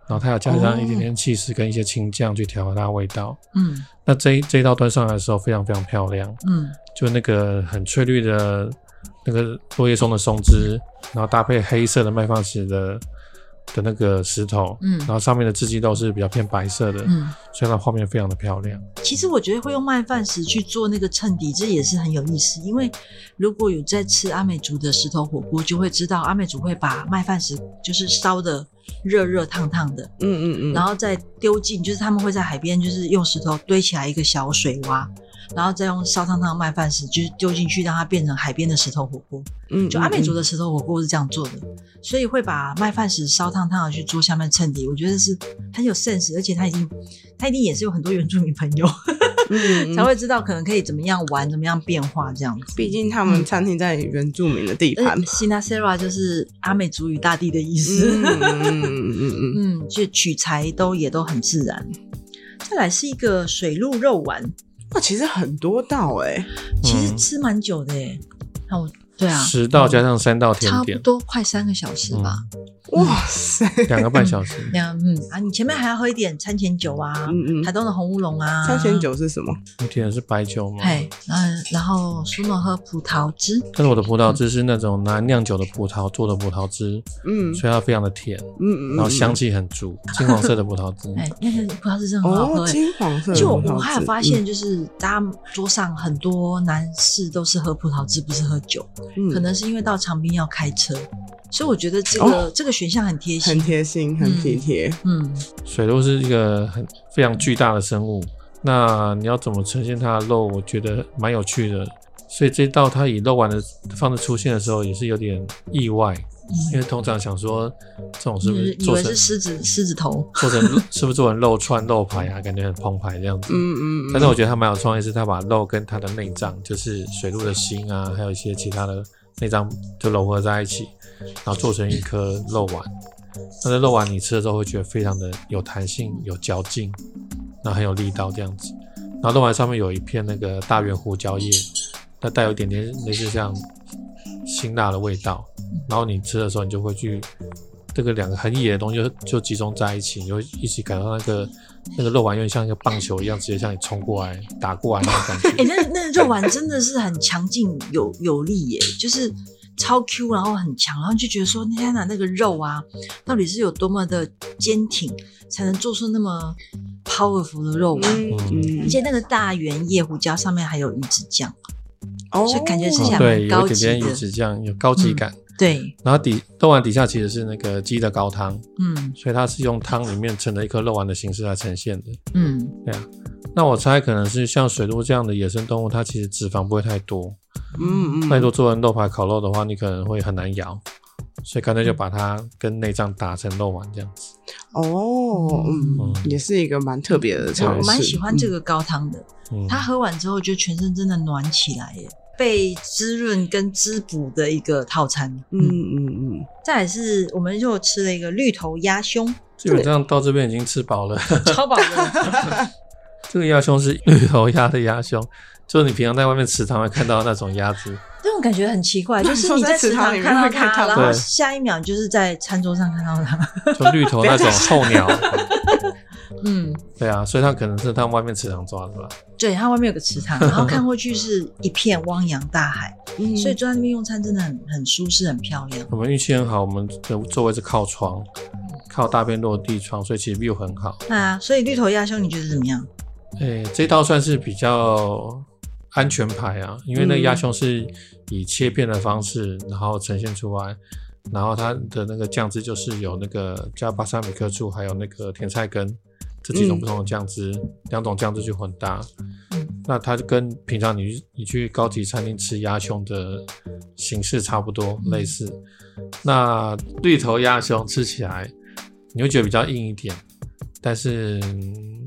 Speaker 4: 然后它有加上一
Speaker 1: 哦
Speaker 4: 点点气势跟一些青酱去调和它的味道。
Speaker 1: 嗯
Speaker 4: 那这一这一道端上来的时候非常非常漂亮，
Speaker 1: 嗯
Speaker 4: 就那个很翠绿的那个落叶松的松枝，然后搭配黑色的麦饭石的的那个石头，
Speaker 1: 嗯
Speaker 4: 然后上面的字迹都是比较偏白色的，
Speaker 1: 嗯，
Speaker 4: 所以它画面非常的漂亮。
Speaker 1: 其实我觉得会用麦饭石去做那个衬底，这也是很有意思。因为如果有在吃阿美族的石头火锅，就会知道阿美族会把麦饭石就是烧的热热烫烫的，
Speaker 3: 嗯嗯
Speaker 1: 然
Speaker 3: 嗯，
Speaker 1: 后再丢进，就是他们会在海边就是用石头堆起来一个小水洼，然后再用烧烫烫麦饭石就是丢进去，让它变成海边的石头火锅。
Speaker 3: 嗯，
Speaker 1: 就阿美族
Speaker 3: 的，
Speaker 1: 的石头火锅是这样做的，所以会把麦饭石烧烫烫的去做下面衬底，我觉得是很有 sense，而且他已经他一定也是有很多原住民朋友。
Speaker 3: 嗯，嗯
Speaker 1: 才会知道可能可以怎么样玩，怎么样变化这样子。
Speaker 3: 毕竟他们餐厅在原住民的地 盘
Speaker 1: 呃，，西纳 s e r a 就是阿美族语大地的意思。
Speaker 3: 嗯嗯嗯嗯嗯，
Speaker 1: 嗯，就取材都也都很自然。再来是一个水陆肉丸，
Speaker 3: 哇，其实很多道哎，
Speaker 1: 其实吃蛮久的耶。那我对啊，
Speaker 4: 嗯十道加上三道甜
Speaker 1: 差不
Speaker 4: 点，
Speaker 1: 多快三个小时吧。
Speaker 3: 嗯哇 塞，
Speaker 4: 两个半小时。
Speaker 1: 那样嗯啊，你前面还要喝一点餐前酒啊，
Speaker 3: 嗯嗯
Speaker 1: 台，东的红乌龙啊，
Speaker 3: 三千。九是什么？
Speaker 4: 你点的是白酒吗？
Speaker 1: 嘿，嗯，然后苏诺喝葡萄汁，
Speaker 4: 但是我的葡萄汁是那种拿酿酒的葡萄做的葡萄汁，
Speaker 3: 嗯
Speaker 4: 所以它非常的甜，
Speaker 3: 嗯嗯，
Speaker 4: 然后香气很足，金黄色的葡萄汁。
Speaker 1: 哎，那个葡萄汁真的很好喝
Speaker 3: 嗯哦，
Speaker 1: 耶。
Speaker 3: 金黄色，
Speaker 1: 就我还有发，
Speaker 3: 嗯
Speaker 1: 现，就是大家桌上很多男士都是喝葡萄汁，不是喝酒，
Speaker 3: 嗯
Speaker 1: 可能是因为到长滨要开车，所以我觉得这个、
Speaker 3: 哦
Speaker 1: 这个选项很贴
Speaker 3: 很
Speaker 1: 心。
Speaker 3: 贴心，很体贴，
Speaker 1: 嗯，
Speaker 4: 水鹿是一个很非常巨大的生物，那你要怎么呈现它的肉，我觉得蛮有趣的。所以这道它以肉丸的方式出现的时候，也是有点意外，因为通常想说这种是不是
Speaker 1: 以
Speaker 4: 做
Speaker 1: 为
Speaker 4: 成
Speaker 1: 嗯是狮子狮子头，
Speaker 4: 做成 是不是做成肉串肉排啊，感觉很澎湃这样子。
Speaker 3: 嗯嗯，
Speaker 4: 但是我觉得它蛮有创意，是它把肉跟它的内脏，就是水鹿的心啊，还有一些其他的内脏就融合在一起，然后做成一颗肉丸。但是肉丸你吃的时候会觉得非常的有弹性、有嚼劲，然后很有力道这样子。然后肉丸上面有一片那个大圆胡椒叶，它带有一点点类似像辛辣的味道。
Speaker 1: 嗯
Speaker 4: 然后你吃的时候，你就会去这个两个很野的东西就就集中在一起，你会一起感到那个那个肉丸有点像一个棒球一样，直接向你冲过来打过来那种感
Speaker 1: 哎、
Speaker 4: 觉。
Speaker 1: 那那肉丸真的是很强劲有有力耶，就是超 Q，然后很强，然后就觉得说，天哪，那个肉啊，到底是有多么的坚挺，才能做出那么 powerful 的肉丸？
Speaker 3: 嗯嗯
Speaker 1: 而，且那个大圆叶胡椒上面还有鱼子酱，
Speaker 3: 哦
Speaker 1: 所以感觉吃起来
Speaker 4: 对，
Speaker 1: 蛮
Speaker 4: 有
Speaker 1: 高
Speaker 4: 一点
Speaker 1: 级
Speaker 4: 点鱼
Speaker 1: 的。
Speaker 4: 子酱，有高级
Speaker 1: 嗯
Speaker 4: 感。
Speaker 1: 对，
Speaker 4: 然后底肉丸底下其实是那个鸡的高汤，
Speaker 1: 嗯
Speaker 4: 所以它是用汤里面盛了一颗肉丸的形式来呈现的。
Speaker 1: 嗯
Speaker 4: 对啊，那我猜可能是像水鹿这样的野生动物，它其实脂肪不会太多。
Speaker 3: 嗯嗯，
Speaker 4: 太多做成肉排烤肉的话，你可能会很难咬，所以干脆就把它跟内脏打成肉丸这样子。
Speaker 3: 哦，嗯，也是一个蛮特别的
Speaker 1: 我
Speaker 3: 尝
Speaker 1: 我
Speaker 3: 试，
Speaker 1: 蛮喜欢这个高汤的，
Speaker 4: 嗯，
Speaker 1: 它喝完之后就全身真的暖起来耶，被滋润跟滋补的一个套餐。
Speaker 3: 嗯，嗯嗯
Speaker 1: 再来是我们又吃了一个绿头鸭 胸，
Speaker 4: 基本上到这边已经吃饱了。
Speaker 1: 超饱的，
Speaker 4: 这个鸭胸是绿头鸭的鸭胸，就是你平常在外面池塘会看到的那种鸭子。
Speaker 1: 这种感觉很奇怪，就是你
Speaker 3: 你说在
Speaker 1: 食
Speaker 3: 食堂
Speaker 1: 堂
Speaker 3: 里面
Speaker 1: 看到
Speaker 3: 会看
Speaker 1: 它，
Speaker 3: 到
Speaker 1: 然后
Speaker 4: 对
Speaker 1: 下一秒就是在餐桌上看到它。
Speaker 4: 就绿头那种候鸟，
Speaker 1: 嗯，
Speaker 4: 对啊，所以它可能是它外面池塘抓的吧。
Speaker 1: 对，它外面有个池 塘，然后看过去是一片汪洋大海，
Speaker 3: 嗯，
Speaker 1: 所以坐在那边用餐真的很很舒适，很漂亮。
Speaker 4: 我们运气很好，我们的座位是靠窗，靠大便落地窗，所以其实 view 很好。
Speaker 1: 对啊，所以绿头鸭胸你觉得怎么样？
Speaker 4: 诶、这道算是比较安全牌啊，因为那个
Speaker 3: 嗯
Speaker 4: 鸭胸是以切片的方式，然后呈现出来，然后它的那个酱汁就是有那个加巴沙米克醋，还有那个甜菜根这几种
Speaker 3: 嗯
Speaker 4: 不同的酱汁，两、种酱汁去混搭。
Speaker 1: 嗯
Speaker 4: 那它就跟平常你去你去高级餐厅吃鸭胸的形式差不多
Speaker 1: 嗯
Speaker 4: 类似。那绿头鸭胸吃起来，你会觉得比较硬一点，但是嗯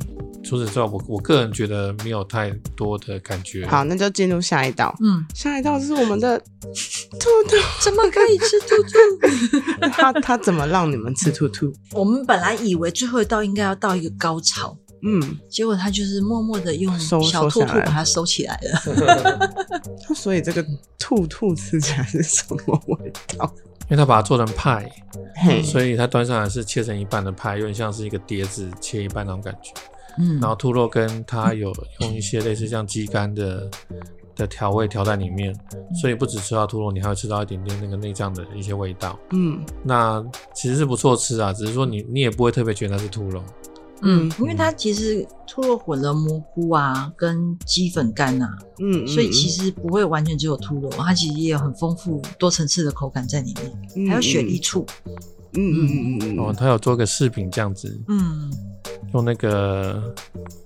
Speaker 4: 除此之外，我我个人觉得没有太多的感觉。
Speaker 3: 好，，那就进入下一道。
Speaker 1: 嗯，
Speaker 3: 下一道是我们的兔兔，
Speaker 1: 怎么可以吃兔兔？
Speaker 3: 他他怎么让你们吃兔兔？
Speaker 1: 我们本来以为最后一道应该要到一个高潮，
Speaker 3: 嗯，
Speaker 1: 结果他就是默默的用
Speaker 3: 收
Speaker 1: 小兔
Speaker 3: 收
Speaker 1: 兔
Speaker 3: 下来
Speaker 1: 把它收起来了。
Speaker 3: 所以这个兔兔吃起来是什么味道？
Speaker 4: 因为它把它做成派，
Speaker 3: 嘿，
Speaker 4: 所以它端上来是切成一半的派，有点像是一个碟子切一半那种感觉。
Speaker 1: 嗯
Speaker 4: 然后兔肉跟它有用一些类似像鸡肝的的调味调在里面，所以不只吃到兔肉，你还会吃到一点点那个内脏的一些味道。
Speaker 3: 嗯
Speaker 4: 那其实是不错吃啊，只是说你你也不会特别觉得它是兔肉。
Speaker 1: 嗯
Speaker 3: 嗯，
Speaker 1: 因为它其实兔肉混了蘑菇啊，跟鸡粉干啊，
Speaker 3: 嗯，
Speaker 1: 所以其
Speaker 3: 实
Speaker 1: 实不会完全只有兔肉，它其实也有很丰富多层次的口感在里面，还有雪莉，醋，
Speaker 3: 嗯嗯嗯嗯嗯
Speaker 4: 哦，
Speaker 3: 嗯，
Speaker 4: 它有做个柿饼这样子，
Speaker 1: 嗯，
Speaker 4: 用那个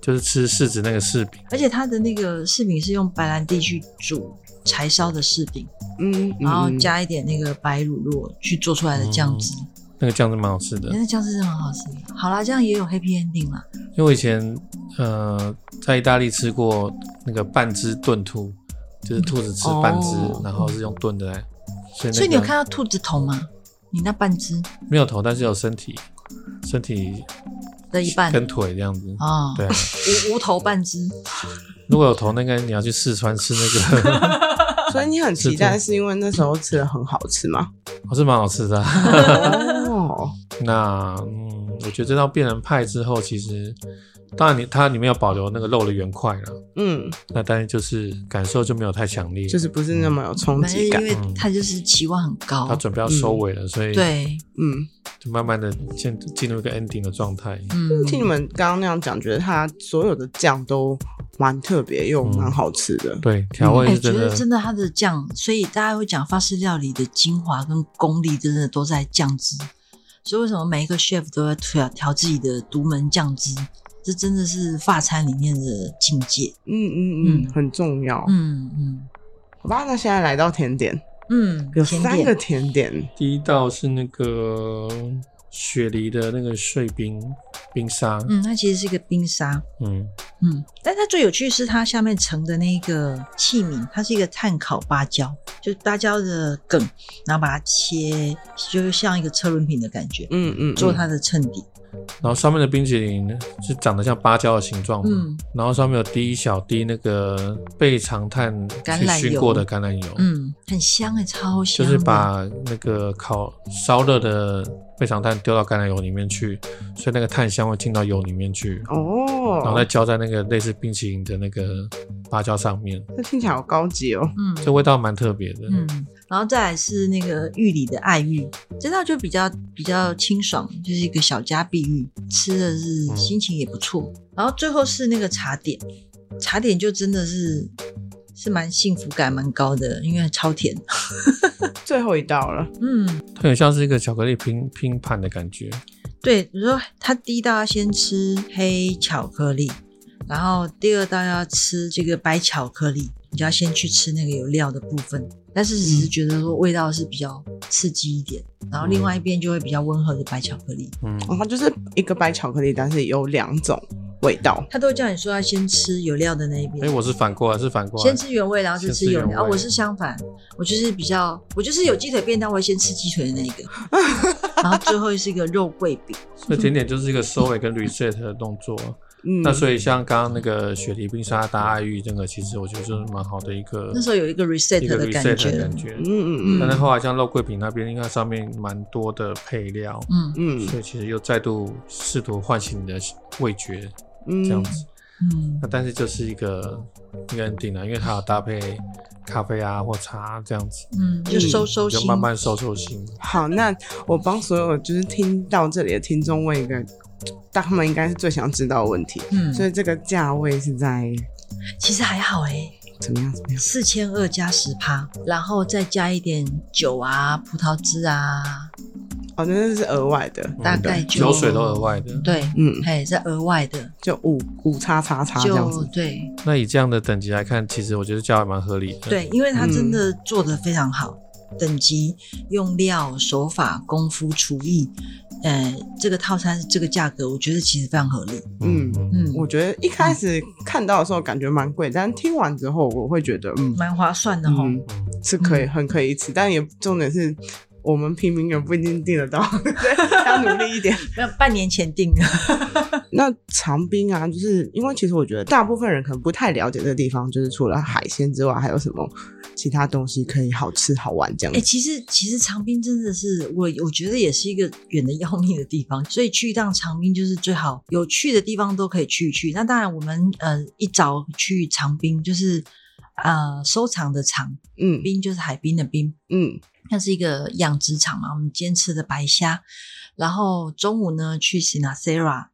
Speaker 4: 就是吃柿子那个柿饼，
Speaker 1: 而且它的那个柿饼是用白兰地去煮柴烧的柿饼，
Speaker 3: 嗯，嗯
Speaker 1: 然后，加一点那个白乳酪去做出来的酱汁，哎
Speaker 4: 那个酱是蛮好吃的
Speaker 1: 那。个酱汁真的很好吃。好啦，这样也有 happy ending 啦，
Speaker 4: 因为我以前呃在意大利吃过那个半只炖兔，就是兔子吃半只，
Speaker 1: 哦
Speaker 4: 然后是用炖的来。所以,、那个、
Speaker 1: 所以你有看到兔子头吗？你那半只
Speaker 4: 没有头，但是有身体，身体
Speaker 1: 的一半
Speaker 4: 跟腿这样子。
Speaker 1: 啊，
Speaker 4: 对啊，
Speaker 1: 无无头半只，
Speaker 4: 如果有头，那个你要去四川吃那个，
Speaker 3: 嗯所以你很期待，是因为那时候吃的很好吃吗？
Speaker 4: 还是蛮好吃的啊、
Speaker 3: 哦，
Speaker 4: 那嗯，我觉得这道变人派之后，其实当然你它里面有保留那个肉的圆块啦，
Speaker 3: 嗯，
Speaker 4: 那但是就是感受就没有太强烈，
Speaker 3: 就是不是那么有冲
Speaker 1: 反正
Speaker 3: 击
Speaker 1: 因
Speaker 3: 感，
Speaker 1: 为它就是期望很
Speaker 4: 它
Speaker 1: 高，
Speaker 4: 准备要收尾了，所以
Speaker 1: 哦对，
Speaker 3: 嗯。
Speaker 4: 就慢慢的进进入一个 ending 的状态。
Speaker 1: 嗯，
Speaker 3: 听你们刚刚那样讲，觉得它所有的酱都蛮特别又
Speaker 4: 嗯
Speaker 3: 蛮好吃的。
Speaker 4: 对，调
Speaker 1: 哎
Speaker 4: 味是
Speaker 1: 觉
Speaker 4: 真的，
Speaker 1: 得真的它的酱，所以大家会讲法式料理的精华跟功力，真的都在酱汁。所以为什么每一个 chef 都要调调自己的独门酱汁？这真的是法餐里面的境界。
Speaker 3: 嗯嗯
Speaker 1: 嗯
Speaker 3: 嗯，很重要。
Speaker 1: 嗯嗯
Speaker 3: 好吧，那现在来到甜点，
Speaker 1: 嗯，
Speaker 3: 有
Speaker 1: 甜
Speaker 3: 三个
Speaker 1: 点
Speaker 3: 甜点。
Speaker 4: 第一道是那个雪梨的那个碎冰冰沙，
Speaker 1: 嗯，它其实是一个冰沙。
Speaker 4: 嗯
Speaker 1: 嗯，但它最有趣是它下面盛的那个器皿，它是一个碳烤芭蕉，就是芭蕉的梗，然后把它切，就是像一个车轮饼的感觉，
Speaker 3: 嗯嗯，
Speaker 1: 做
Speaker 3: 嗯
Speaker 1: 它的衬底。
Speaker 4: 然后上面的冰淇淋是长得像芭蕉的形状嘛，
Speaker 3: 哦
Speaker 1: 嗯
Speaker 4: 然后上面有滴一小滴那个被长炭
Speaker 1: 橄
Speaker 4: 去
Speaker 1: 榄
Speaker 4: 熏
Speaker 1: 油
Speaker 4: 过的橄榄油，
Speaker 1: 嗯，很香哎、超
Speaker 4: 哦就
Speaker 1: 香的。
Speaker 4: 是把那个烤烧热的被长炭丢到橄榄油里面去，所以那个炭香会进到油里面去，然后再
Speaker 3: 哦，
Speaker 4: 浇在那个类似冰淇淋的那个芭蕉上面，
Speaker 3: 这听起来好高级哦。
Speaker 1: 嗯
Speaker 4: 这味道蛮特别的。
Speaker 1: 嗯，然后再来是那个玉里的爱玉，这道就比较比较清爽，就是一个小家碧玉，吃的是
Speaker 4: 嗯
Speaker 1: 心情也不错。然后最后是那个茶点，茶点就真的是是蛮幸福感蛮高的，因为超甜。
Speaker 3: 最后一道了，
Speaker 1: 嗯，
Speaker 4: 它很像是一个巧克力拼拼盘的感觉，
Speaker 1: 对，你说它第一道要先吃黑巧克力，然后第二道要吃这个白巧克力，你就要先去吃那个有料的部分。但是只是
Speaker 4: 嗯
Speaker 1: 觉得说味道是比较刺激一点，然后另外一边就会比较温和的白巧克力。
Speaker 4: 嗯，
Speaker 3: 哦，它就是一个白巧克力，但是有两种味道。
Speaker 1: 他都会叫你说要先吃有料的那一边，
Speaker 4: 哎、我是反过来，是反过来
Speaker 1: 先，吃原味，然后再吃有
Speaker 4: 先吃原
Speaker 1: 料。
Speaker 4: 味
Speaker 1: 哦，我是相反，我就是比较，我就是有鸡腿便当，我会先吃鸡腿的那 一个，然后最后是一个肉桂饼。
Speaker 4: 所以甜点就是一个收尾跟 reset 的动作。
Speaker 3: 嗯，
Speaker 4: 那所以像刚刚那个雪梨冰沙搭爱玉，这个其实我觉得就是蛮好的一个，
Speaker 1: 那时候有一个 reset
Speaker 4: 一个
Speaker 1: 的
Speaker 4: reset
Speaker 1: 感觉
Speaker 4: 的感觉。
Speaker 3: 嗯嗯
Speaker 4: 但是
Speaker 3: 嗯
Speaker 4: 后来像肉桂饼那边，应该上面蛮多的配料，
Speaker 1: 嗯
Speaker 3: 嗯
Speaker 4: 所以其实又再度试图唤醒你的味觉
Speaker 3: 嗯，
Speaker 4: 这样子。
Speaker 1: 嗯
Speaker 4: 那但是就是一个一个 ending 啊了，因为它有搭配咖啡啊或茶这样子，
Speaker 1: 嗯，就收收
Speaker 4: 你就
Speaker 1: 心，
Speaker 4: 慢慢收收心。
Speaker 3: 好，那我帮所有就是听到这里的听众问一个，但他们应该是最想知道的问题。
Speaker 1: 嗯，
Speaker 3: 所以这个价位是在
Speaker 1: 其实还好哎、
Speaker 3: 怎么样？怎么样？
Speaker 1: 四千二加十趴，然后再加一点酒啊、葡萄汁啊，
Speaker 3: 哦，那是额外的，
Speaker 1: 大概就
Speaker 4: 酒嗯水都额外的。
Speaker 1: 对，
Speaker 3: 嗯，
Speaker 1: 哎，再额外的，
Speaker 3: 就五五叉叉叉这样
Speaker 1: 就嗯
Speaker 3: 子。
Speaker 1: 对，
Speaker 4: 那以这样的等级来看，其实我觉得价还蛮合理的。，
Speaker 1: 对，因为他真的
Speaker 3: 嗯
Speaker 1: 做的非常好，等级、用料、手法、功夫、厨艺，呃，这个套餐这个价格，我觉得其实非常合理。
Speaker 3: 嗯
Speaker 1: 嗯，
Speaker 3: 我觉得一开始看到的时候感觉蛮贵，但听完之后我会觉得，嗯，
Speaker 1: 蛮划算的哈。
Speaker 3: 嗯，
Speaker 4: 嗯
Speaker 3: 是可以很可以吃，但也重点是我们平民人不一定订得 到，对要努力一点。
Speaker 1: 那、半年前订的，
Speaker 3: 那长滨啊，就是因为其实我觉得大部分人可能不太了解这个地方，就是除了海鲜之外，还有什么其他东西可以好吃好玩这样
Speaker 1: 哎、
Speaker 3: 子。
Speaker 1: 其实其实长滨真的是我我觉得也是一个远的要命的地方，所以去一趟长滨就是最好，有去的地方都可以去一去。那当然，我们呃一早去长滨就是。呃收藏的藏，
Speaker 3: 嗯
Speaker 1: 冰就是海滨的冰，
Speaker 3: 嗯
Speaker 1: 那是一个养殖场嘛，我们今天吃的白虾，然后中午呢去 Sinasera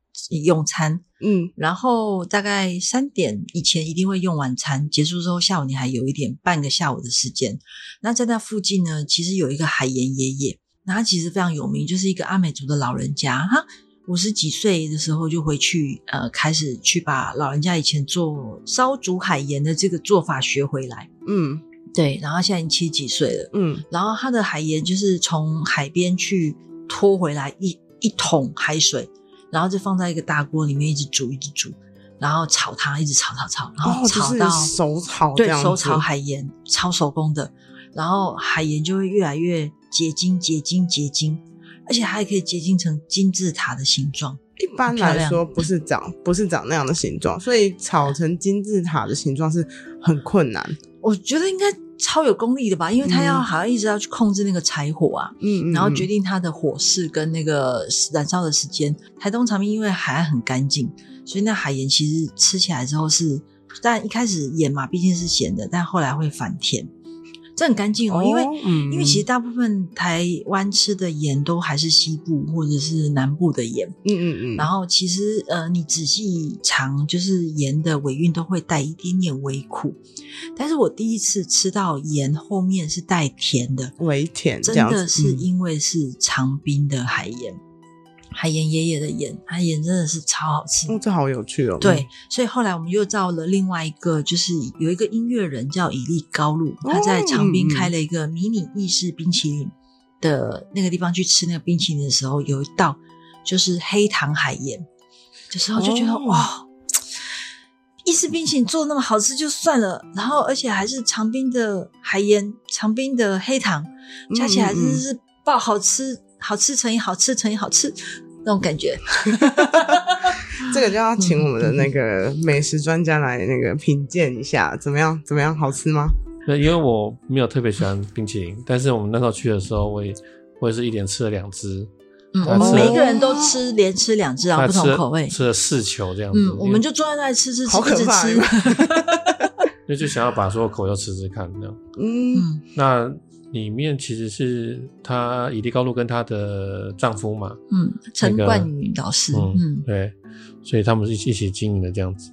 Speaker 1: 用餐，
Speaker 3: 嗯
Speaker 1: 然后大概三点以前一定会用晚餐，结束之后下午你还有一点半个下午的时间。那在那附近呢，其实有一个海盐爷爷，那他其实非常有名，就是一个阿美族的老人家，他五十几岁的时候就回去，呃，开始去把老人家以前做烧煮海盐的这个做法学回来。
Speaker 3: 嗯
Speaker 1: 对，然后他现在已经七十几岁了，
Speaker 3: 嗯
Speaker 1: 然后他的海盐就是从海边去拖回来一一桶海水，然后就放在一个大锅里面一直煮，一直煮，然后炒它，一直炒炒炒，然
Speaker 3: 哦，
Speaker 1: 后
Speaker 3: 就
Speaker 1: 炒
Speaker 3: 是
Speaker 1: 到、
Speaker 3: 手炒这
Speaker 1: 对
Speaker 3: 样
Speaker 1: 手
Speaker 3: 子
Speaker 1: 炒海盐，超手工的，然后海盐就会越来越结晶，结晶，结晶，而且还可以结晶成金字塔的形状。
Speaker 3: 一般
Speaker 1: 漂
Speaker 3: 来
Speaker 1: 亮
Speaker 3: 说不是长不是长那样的形状，所以炒成金字塔的形状是很困难。
Speaker 1: 我觉得应该超有功力的吧，因为他要
Speaker 3: 嗯
Speaker 1: 好像一直要去控制那个柴火啊，
Speaker 3: 嗯，嗯
Speaker 1: 然后决
Speaker 3: 定
Speaker 1: 定它的火势跟那个燃烧的时间。台东长滨因为海岸很干净，所以那海盐其实吃起来之后是，但一开始盐嘛毕竟是咸的，但后来会反甜，这很干净哦，因为。
Speaker 3: 嗯
Speaker 1: 因为其实大部分台湾吃的盐都还是西部或者是南部的盐，
Speaker 3: 嗯嗯嗯，
Speaker 1: 然后其实呃，你仔细尝，就是盐的尾韵都会带一点点微苦，但是我第一次吃到盐后面是带甜的，
Speaker 3: 微甜这
Speaker 1: 真
Speaker 3: 样
Speaker 1: 的
Speaker 3: 子
Speaker 1: 是
Speaker 3: 嗯
Speaker 1: 因为是长滨的海盐，海盐爷爷的盐，海盐真的是超好吃。
Speaker 3: 哦，这好有趣哦。
Speaker 1: 对，所以后来我们又到了另外一个，就是有一个音乐人叫以利高路，他在长滨
Speaker 3: 嗯嗯
Speaker 1: 开了一个迷你意式冰淇淋的那个地方去吃那个冰淇淋的时候，有一道就是黑糖海盐，有时候就觉得、
Speaker 3: 哦
Speaker 1: 哇。意式冰淇淋做的那么好吃就算了，然后而且还是长滨的海盐、长滨的黑糖，加起来真的是爆好吃，好吃乘以好吃乘以好吃那种感觉。
Speaker 3: 嗯，这个就要请我们的
Speaker 1: 嗯
Speaker 3: 那个美食专家来那个评鉴一下，怎么样？怎么样？好吃吗？
Speaker 4: 那因为我没有特别喜欢冰淇淋，但是我们那时候去的时候，我也我也是一连吃了两只，
Speaker 1: 嗯，我
Speaker 4: 大概
Speaker 1: 们
Speaker 4: 吃
Speaker 1: 每
Speaker 4: 了
Speaker 1: 一个人都吃，连吃两只，然后
Speaker 4: 大
Speaker 1: 不
Speaker 4: 概吃
Speaker 1: 同
Speaker 4: 了
Speaker 1: 口味。
Speaker 4: 吃了四球这样子。
Speaker 1: 嗯，我们就坐在那里吃吃吃，
Speaker 3: 好
Speaker 1: 一
Speaker 3: 可
Speaker 1: 直
Speaker 3: 怕
Speaker 1: 吃。
Speaker 4: 因为就想要把所有口味都吃吃看这样。
Speaker 3: 嗯
Speaker 1: 嗯
Speaker 4: 那里面其实是她以利高露跟她的丈夫嘛，
Speaker 1: 嗯，陈
Speaker 4: 那个
Speaker 1: 冠宇老师，
Speaker 4: 嗯，
Speaker 1: 嗯
Speaker 4: 对，所以他们是一起一起经营的这样子。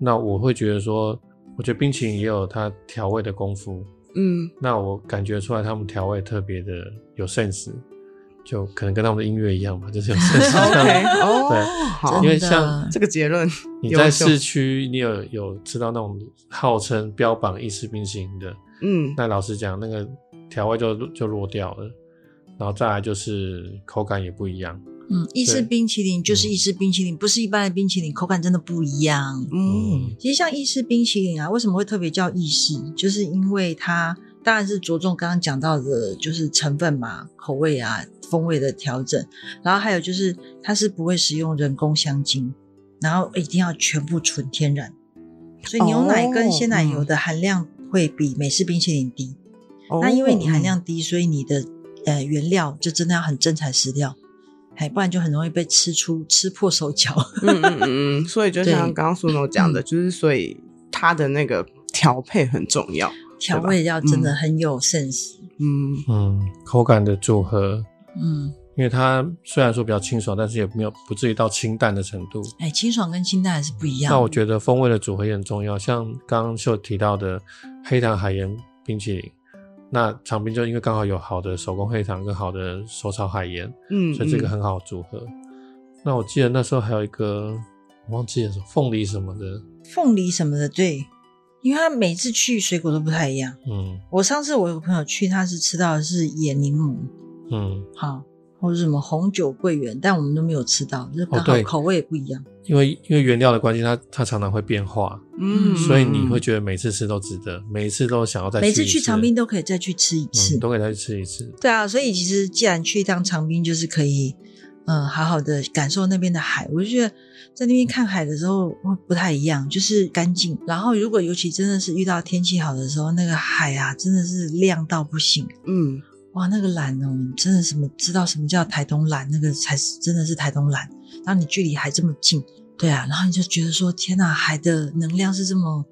Speaker 4: 那我会觉得说，我觉得冰淇淋也有它调味的功夫，
Speaker 3: 嗯
Speaker 4: 那我感觉出来他们调味特别的有 sense，就可能跟他们的音乐一样吧，就是有 sense 这样
Speaker 3: ，OK，哦，好
Speaker 4: 因，为
Speaker 1: 真的
Speaker 4: 像
Speaker 3: 这个结论
Speaker 4: 你
Speaker 3: 优
Speaker 4: 在
Speaker 3: 秀
Speaker 4: 市区，你有有吃到那种号称标榜意式冰淇淋的，
Speaker 3: 嗯
Speaker 4: 那老实讲，那个调味就就落掉了，然后再来就是口感也不一样。
Speaker 1: 嗯，意式
Speaker 4: 对
Speaker 1: 冰淇淋就是
Speaker 4: 嗯
Speaker 1: 意式冰淇淋，不是一般的冰淇淋，口感真的不一样。
Speaker 3: 嗯
Speaker 4: 嗯，
Speaker 1: 其实像意式冰淇淋啊，为什么会特别叫意式？就是因为它当然是着重刚刚讲到的，就是成分嘛、口味啊、风味的调整，然后还有就是它是不会使用人工香精，然后一定要全部纯天然，所以牛奶跟鲜奶油的含量会比美式冰淇淋低。
Speaker 3: 哦
Speaker 1: 那因为你
Speaker 3: 嗯
Speaker 1: 含量低，所以你的呃原料就真的要很真材实料，哎，不然就很容易被吃出吃破手脚。
Speaker 3: 嗯嗯嗯嗯，所以就像
Speaker 1: 对
Speaker 3: 刚刚苏诺讲
Speaker 5: 嗯
Speaker 3: 的，就是所以它的那个调配很重要。
Speaker 1: 调味要真的
Speaker 3: 嗯
Speaker 1: 很有 sense。
Speaker 3: 嗯
Speaker 4: 嗯，口感的组合，
Speaker 1: 嗯
Speaker 4: 因为它虽然说比较清爽，但是也没有不至于到清淡的程度。
Speaker 1: 哎，清爽跟清淡还是不一样。
Speaker 4: 那我觉得风味的组合也很重要，像刚刚秀提到的黑糖海盐冰淇淋，那长滨就因为刚好有好的手工黑糖跟好的手炒海盐，
Speaker 3: 嗯，
Speaker 4: 所以这个
Speaker 3: 嗯
Speaker 4: 很好组合。那我记得那时候还有一个我忘记了什么凤梨什么的，
Speaker 1: 凤梨什么的，对，因为他每次去水果都不太一样。
Speaker 4: 嗯
Speaker 1: 我上次我有朋友去，他是吃到的是野柠檬，
Speaker 4: 嗯，
Speaker 1: 好，或者什么红酒桂圆，但我们都没有吃到，就是刚
Speaker 4: 哦
Speaker 1: 好
Speaker 4: 对
Speaker 1: 口味也不一样。
Speaker 4: 因为因为原料的关系，它它常常会变化，
Speaker 3: 嗯，
Speaker 4: 所以你会觉得每次吃都值得，每一次都想要再
Speaker 1: 每
Speaker 4: 次
Speaker 1: 次去长滨
Speaker 4: 都
Speaker 1: 都可以再去吃一次。
Speaker 4: 嗯、都可以再去吃一次。
Speaker 1: 对啊，所以其实既然去一趟长滨，就是可以，嗯，好好的感受那边的海。我就觉得在那边看海的时候会不太一样，就是干净。然后如果尤其真的是遇到天气好的时候，那个海啊，真的是亮到不行。
Speaker 3: 嗯
Speaker 1: 哇，那个蓝哦，你真的什么知道什么叫台东蓝？那个才是真的是台东蓝。然后你距离还这么近，对啊，然后你就觉得说，天呐，海的能量是这么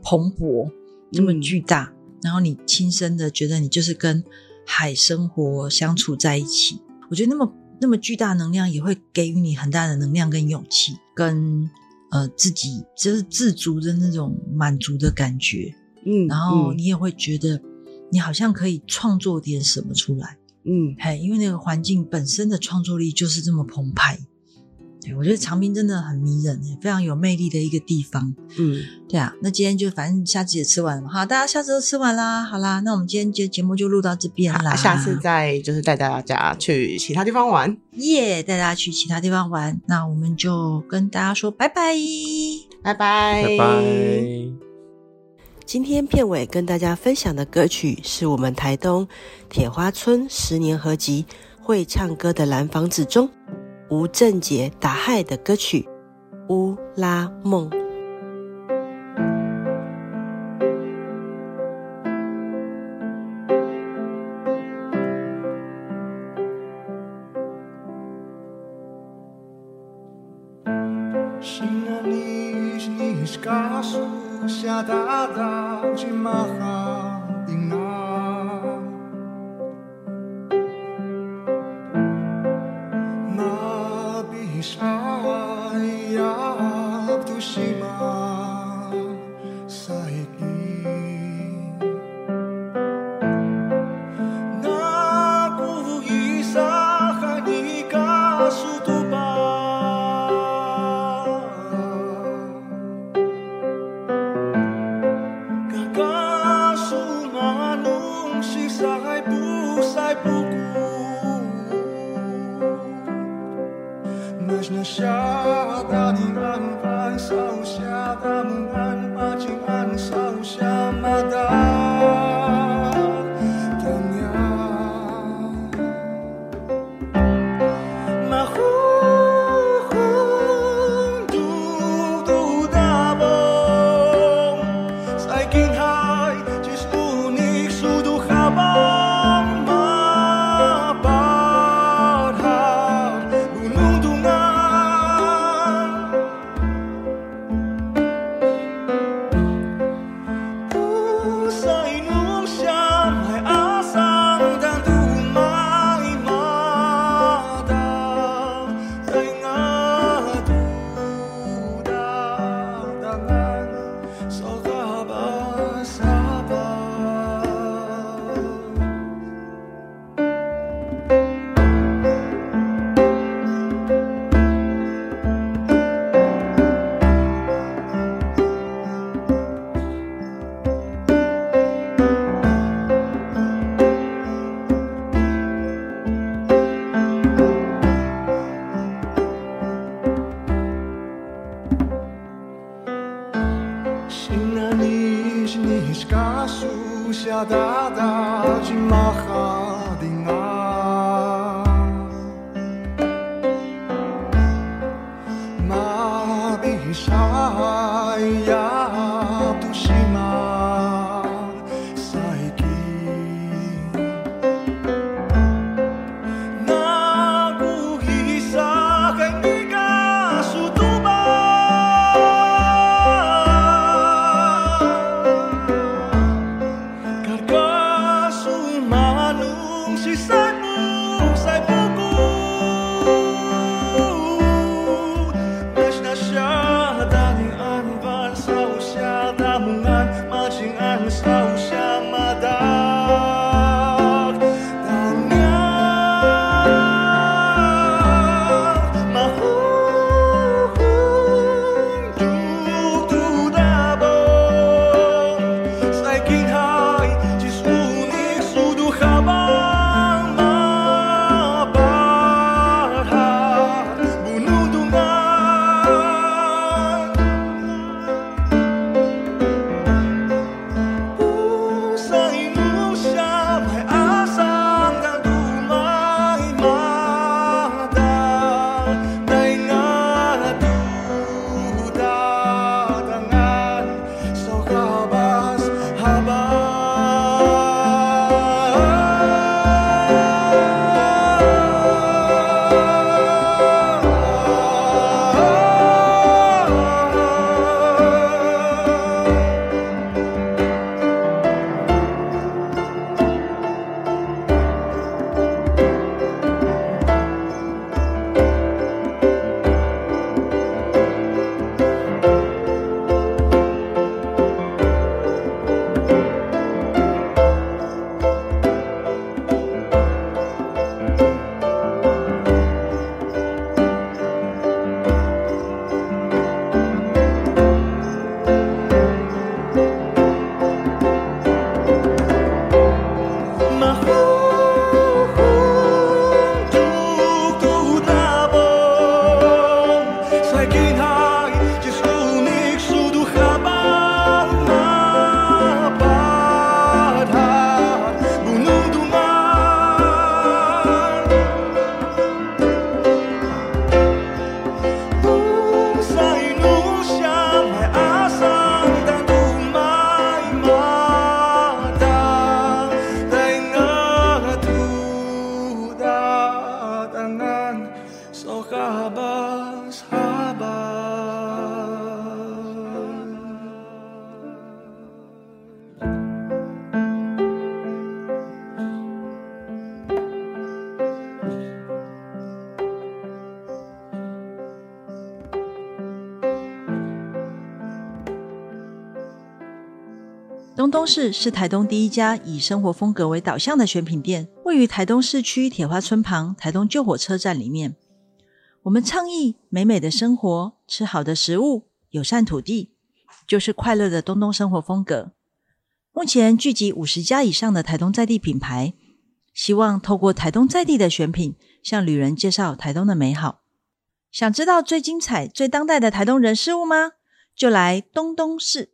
Speaker 1: 蓬勃，这么
Speaker 3: 嗯
Speaker 1: 巨大，然后你亲身的觉得你就是跟海生活相处在一起，我觉得那么那么巨大的能量也会给予你很大的能量跟勇气，跟呃自己就是自足的那种满足的感觉，
Speaker 3: 嗯，
Speaker 1: 然后
Speaker 3: 嗯
Speaker 1: 你也会觉得你好像可以创作点什么出来。
Speaker 3: 嗯
Speaker 1: 嘿，因为那个环境本身的创作力就是这么澎湃。对，我觉得长滨真的很迷人，欸非常有魅力的一个地方。
Speaker 3: 嗯，
Speaker 1: 对啊，那今天就反正虾子也吃完了嘛，好，大家虾子都吃完啦，好啦，那我们今天节节目就录到这边啦，
Speaker 3: 好下次再就是带大家去其他地方玩，
Speaker 1: 耶带大家去其他地方玩，那我们就跟大家说拜拜。
Speaker 3: 拜拜，
Speaker 4: 拜拜。
Speaker 5: 今天片尾跟大家分享的歌曲是我们台东铁花村十年合集《会唱歌的蓝房子》中吴正杰打嗨的歌曲《乌拉梦》。
Speaker 6: Синя нижний скасу сяда да чимаха дина. На бисай я птушима сайки. На кувуги саханика сутуба. Kakasumanong si sakay pusay puku. Nas na siya tadingan pang sa usya tamungan pacingan sa usya madag tanya. Sabar Sinanis nis kasu siya dada di makadinga. Mabisaya tushima saiki. Naguhisa kay Nigasutuba. Karkasumanong
Speaker 1: 东东市是台东第一家以生活风格为导向的选品店，位于台东市区铁花村旁台东旧火车站里面。我们倡议美美的生活，吃好的食物，友善土地，就是快乐的东东生活风格。目前聚集五十家以上的台东在地品牌，希望透过台东在地的选品，向旅人介绍台东的美好。想知道最精彩、最当代的台东人事物吗？就来东东市。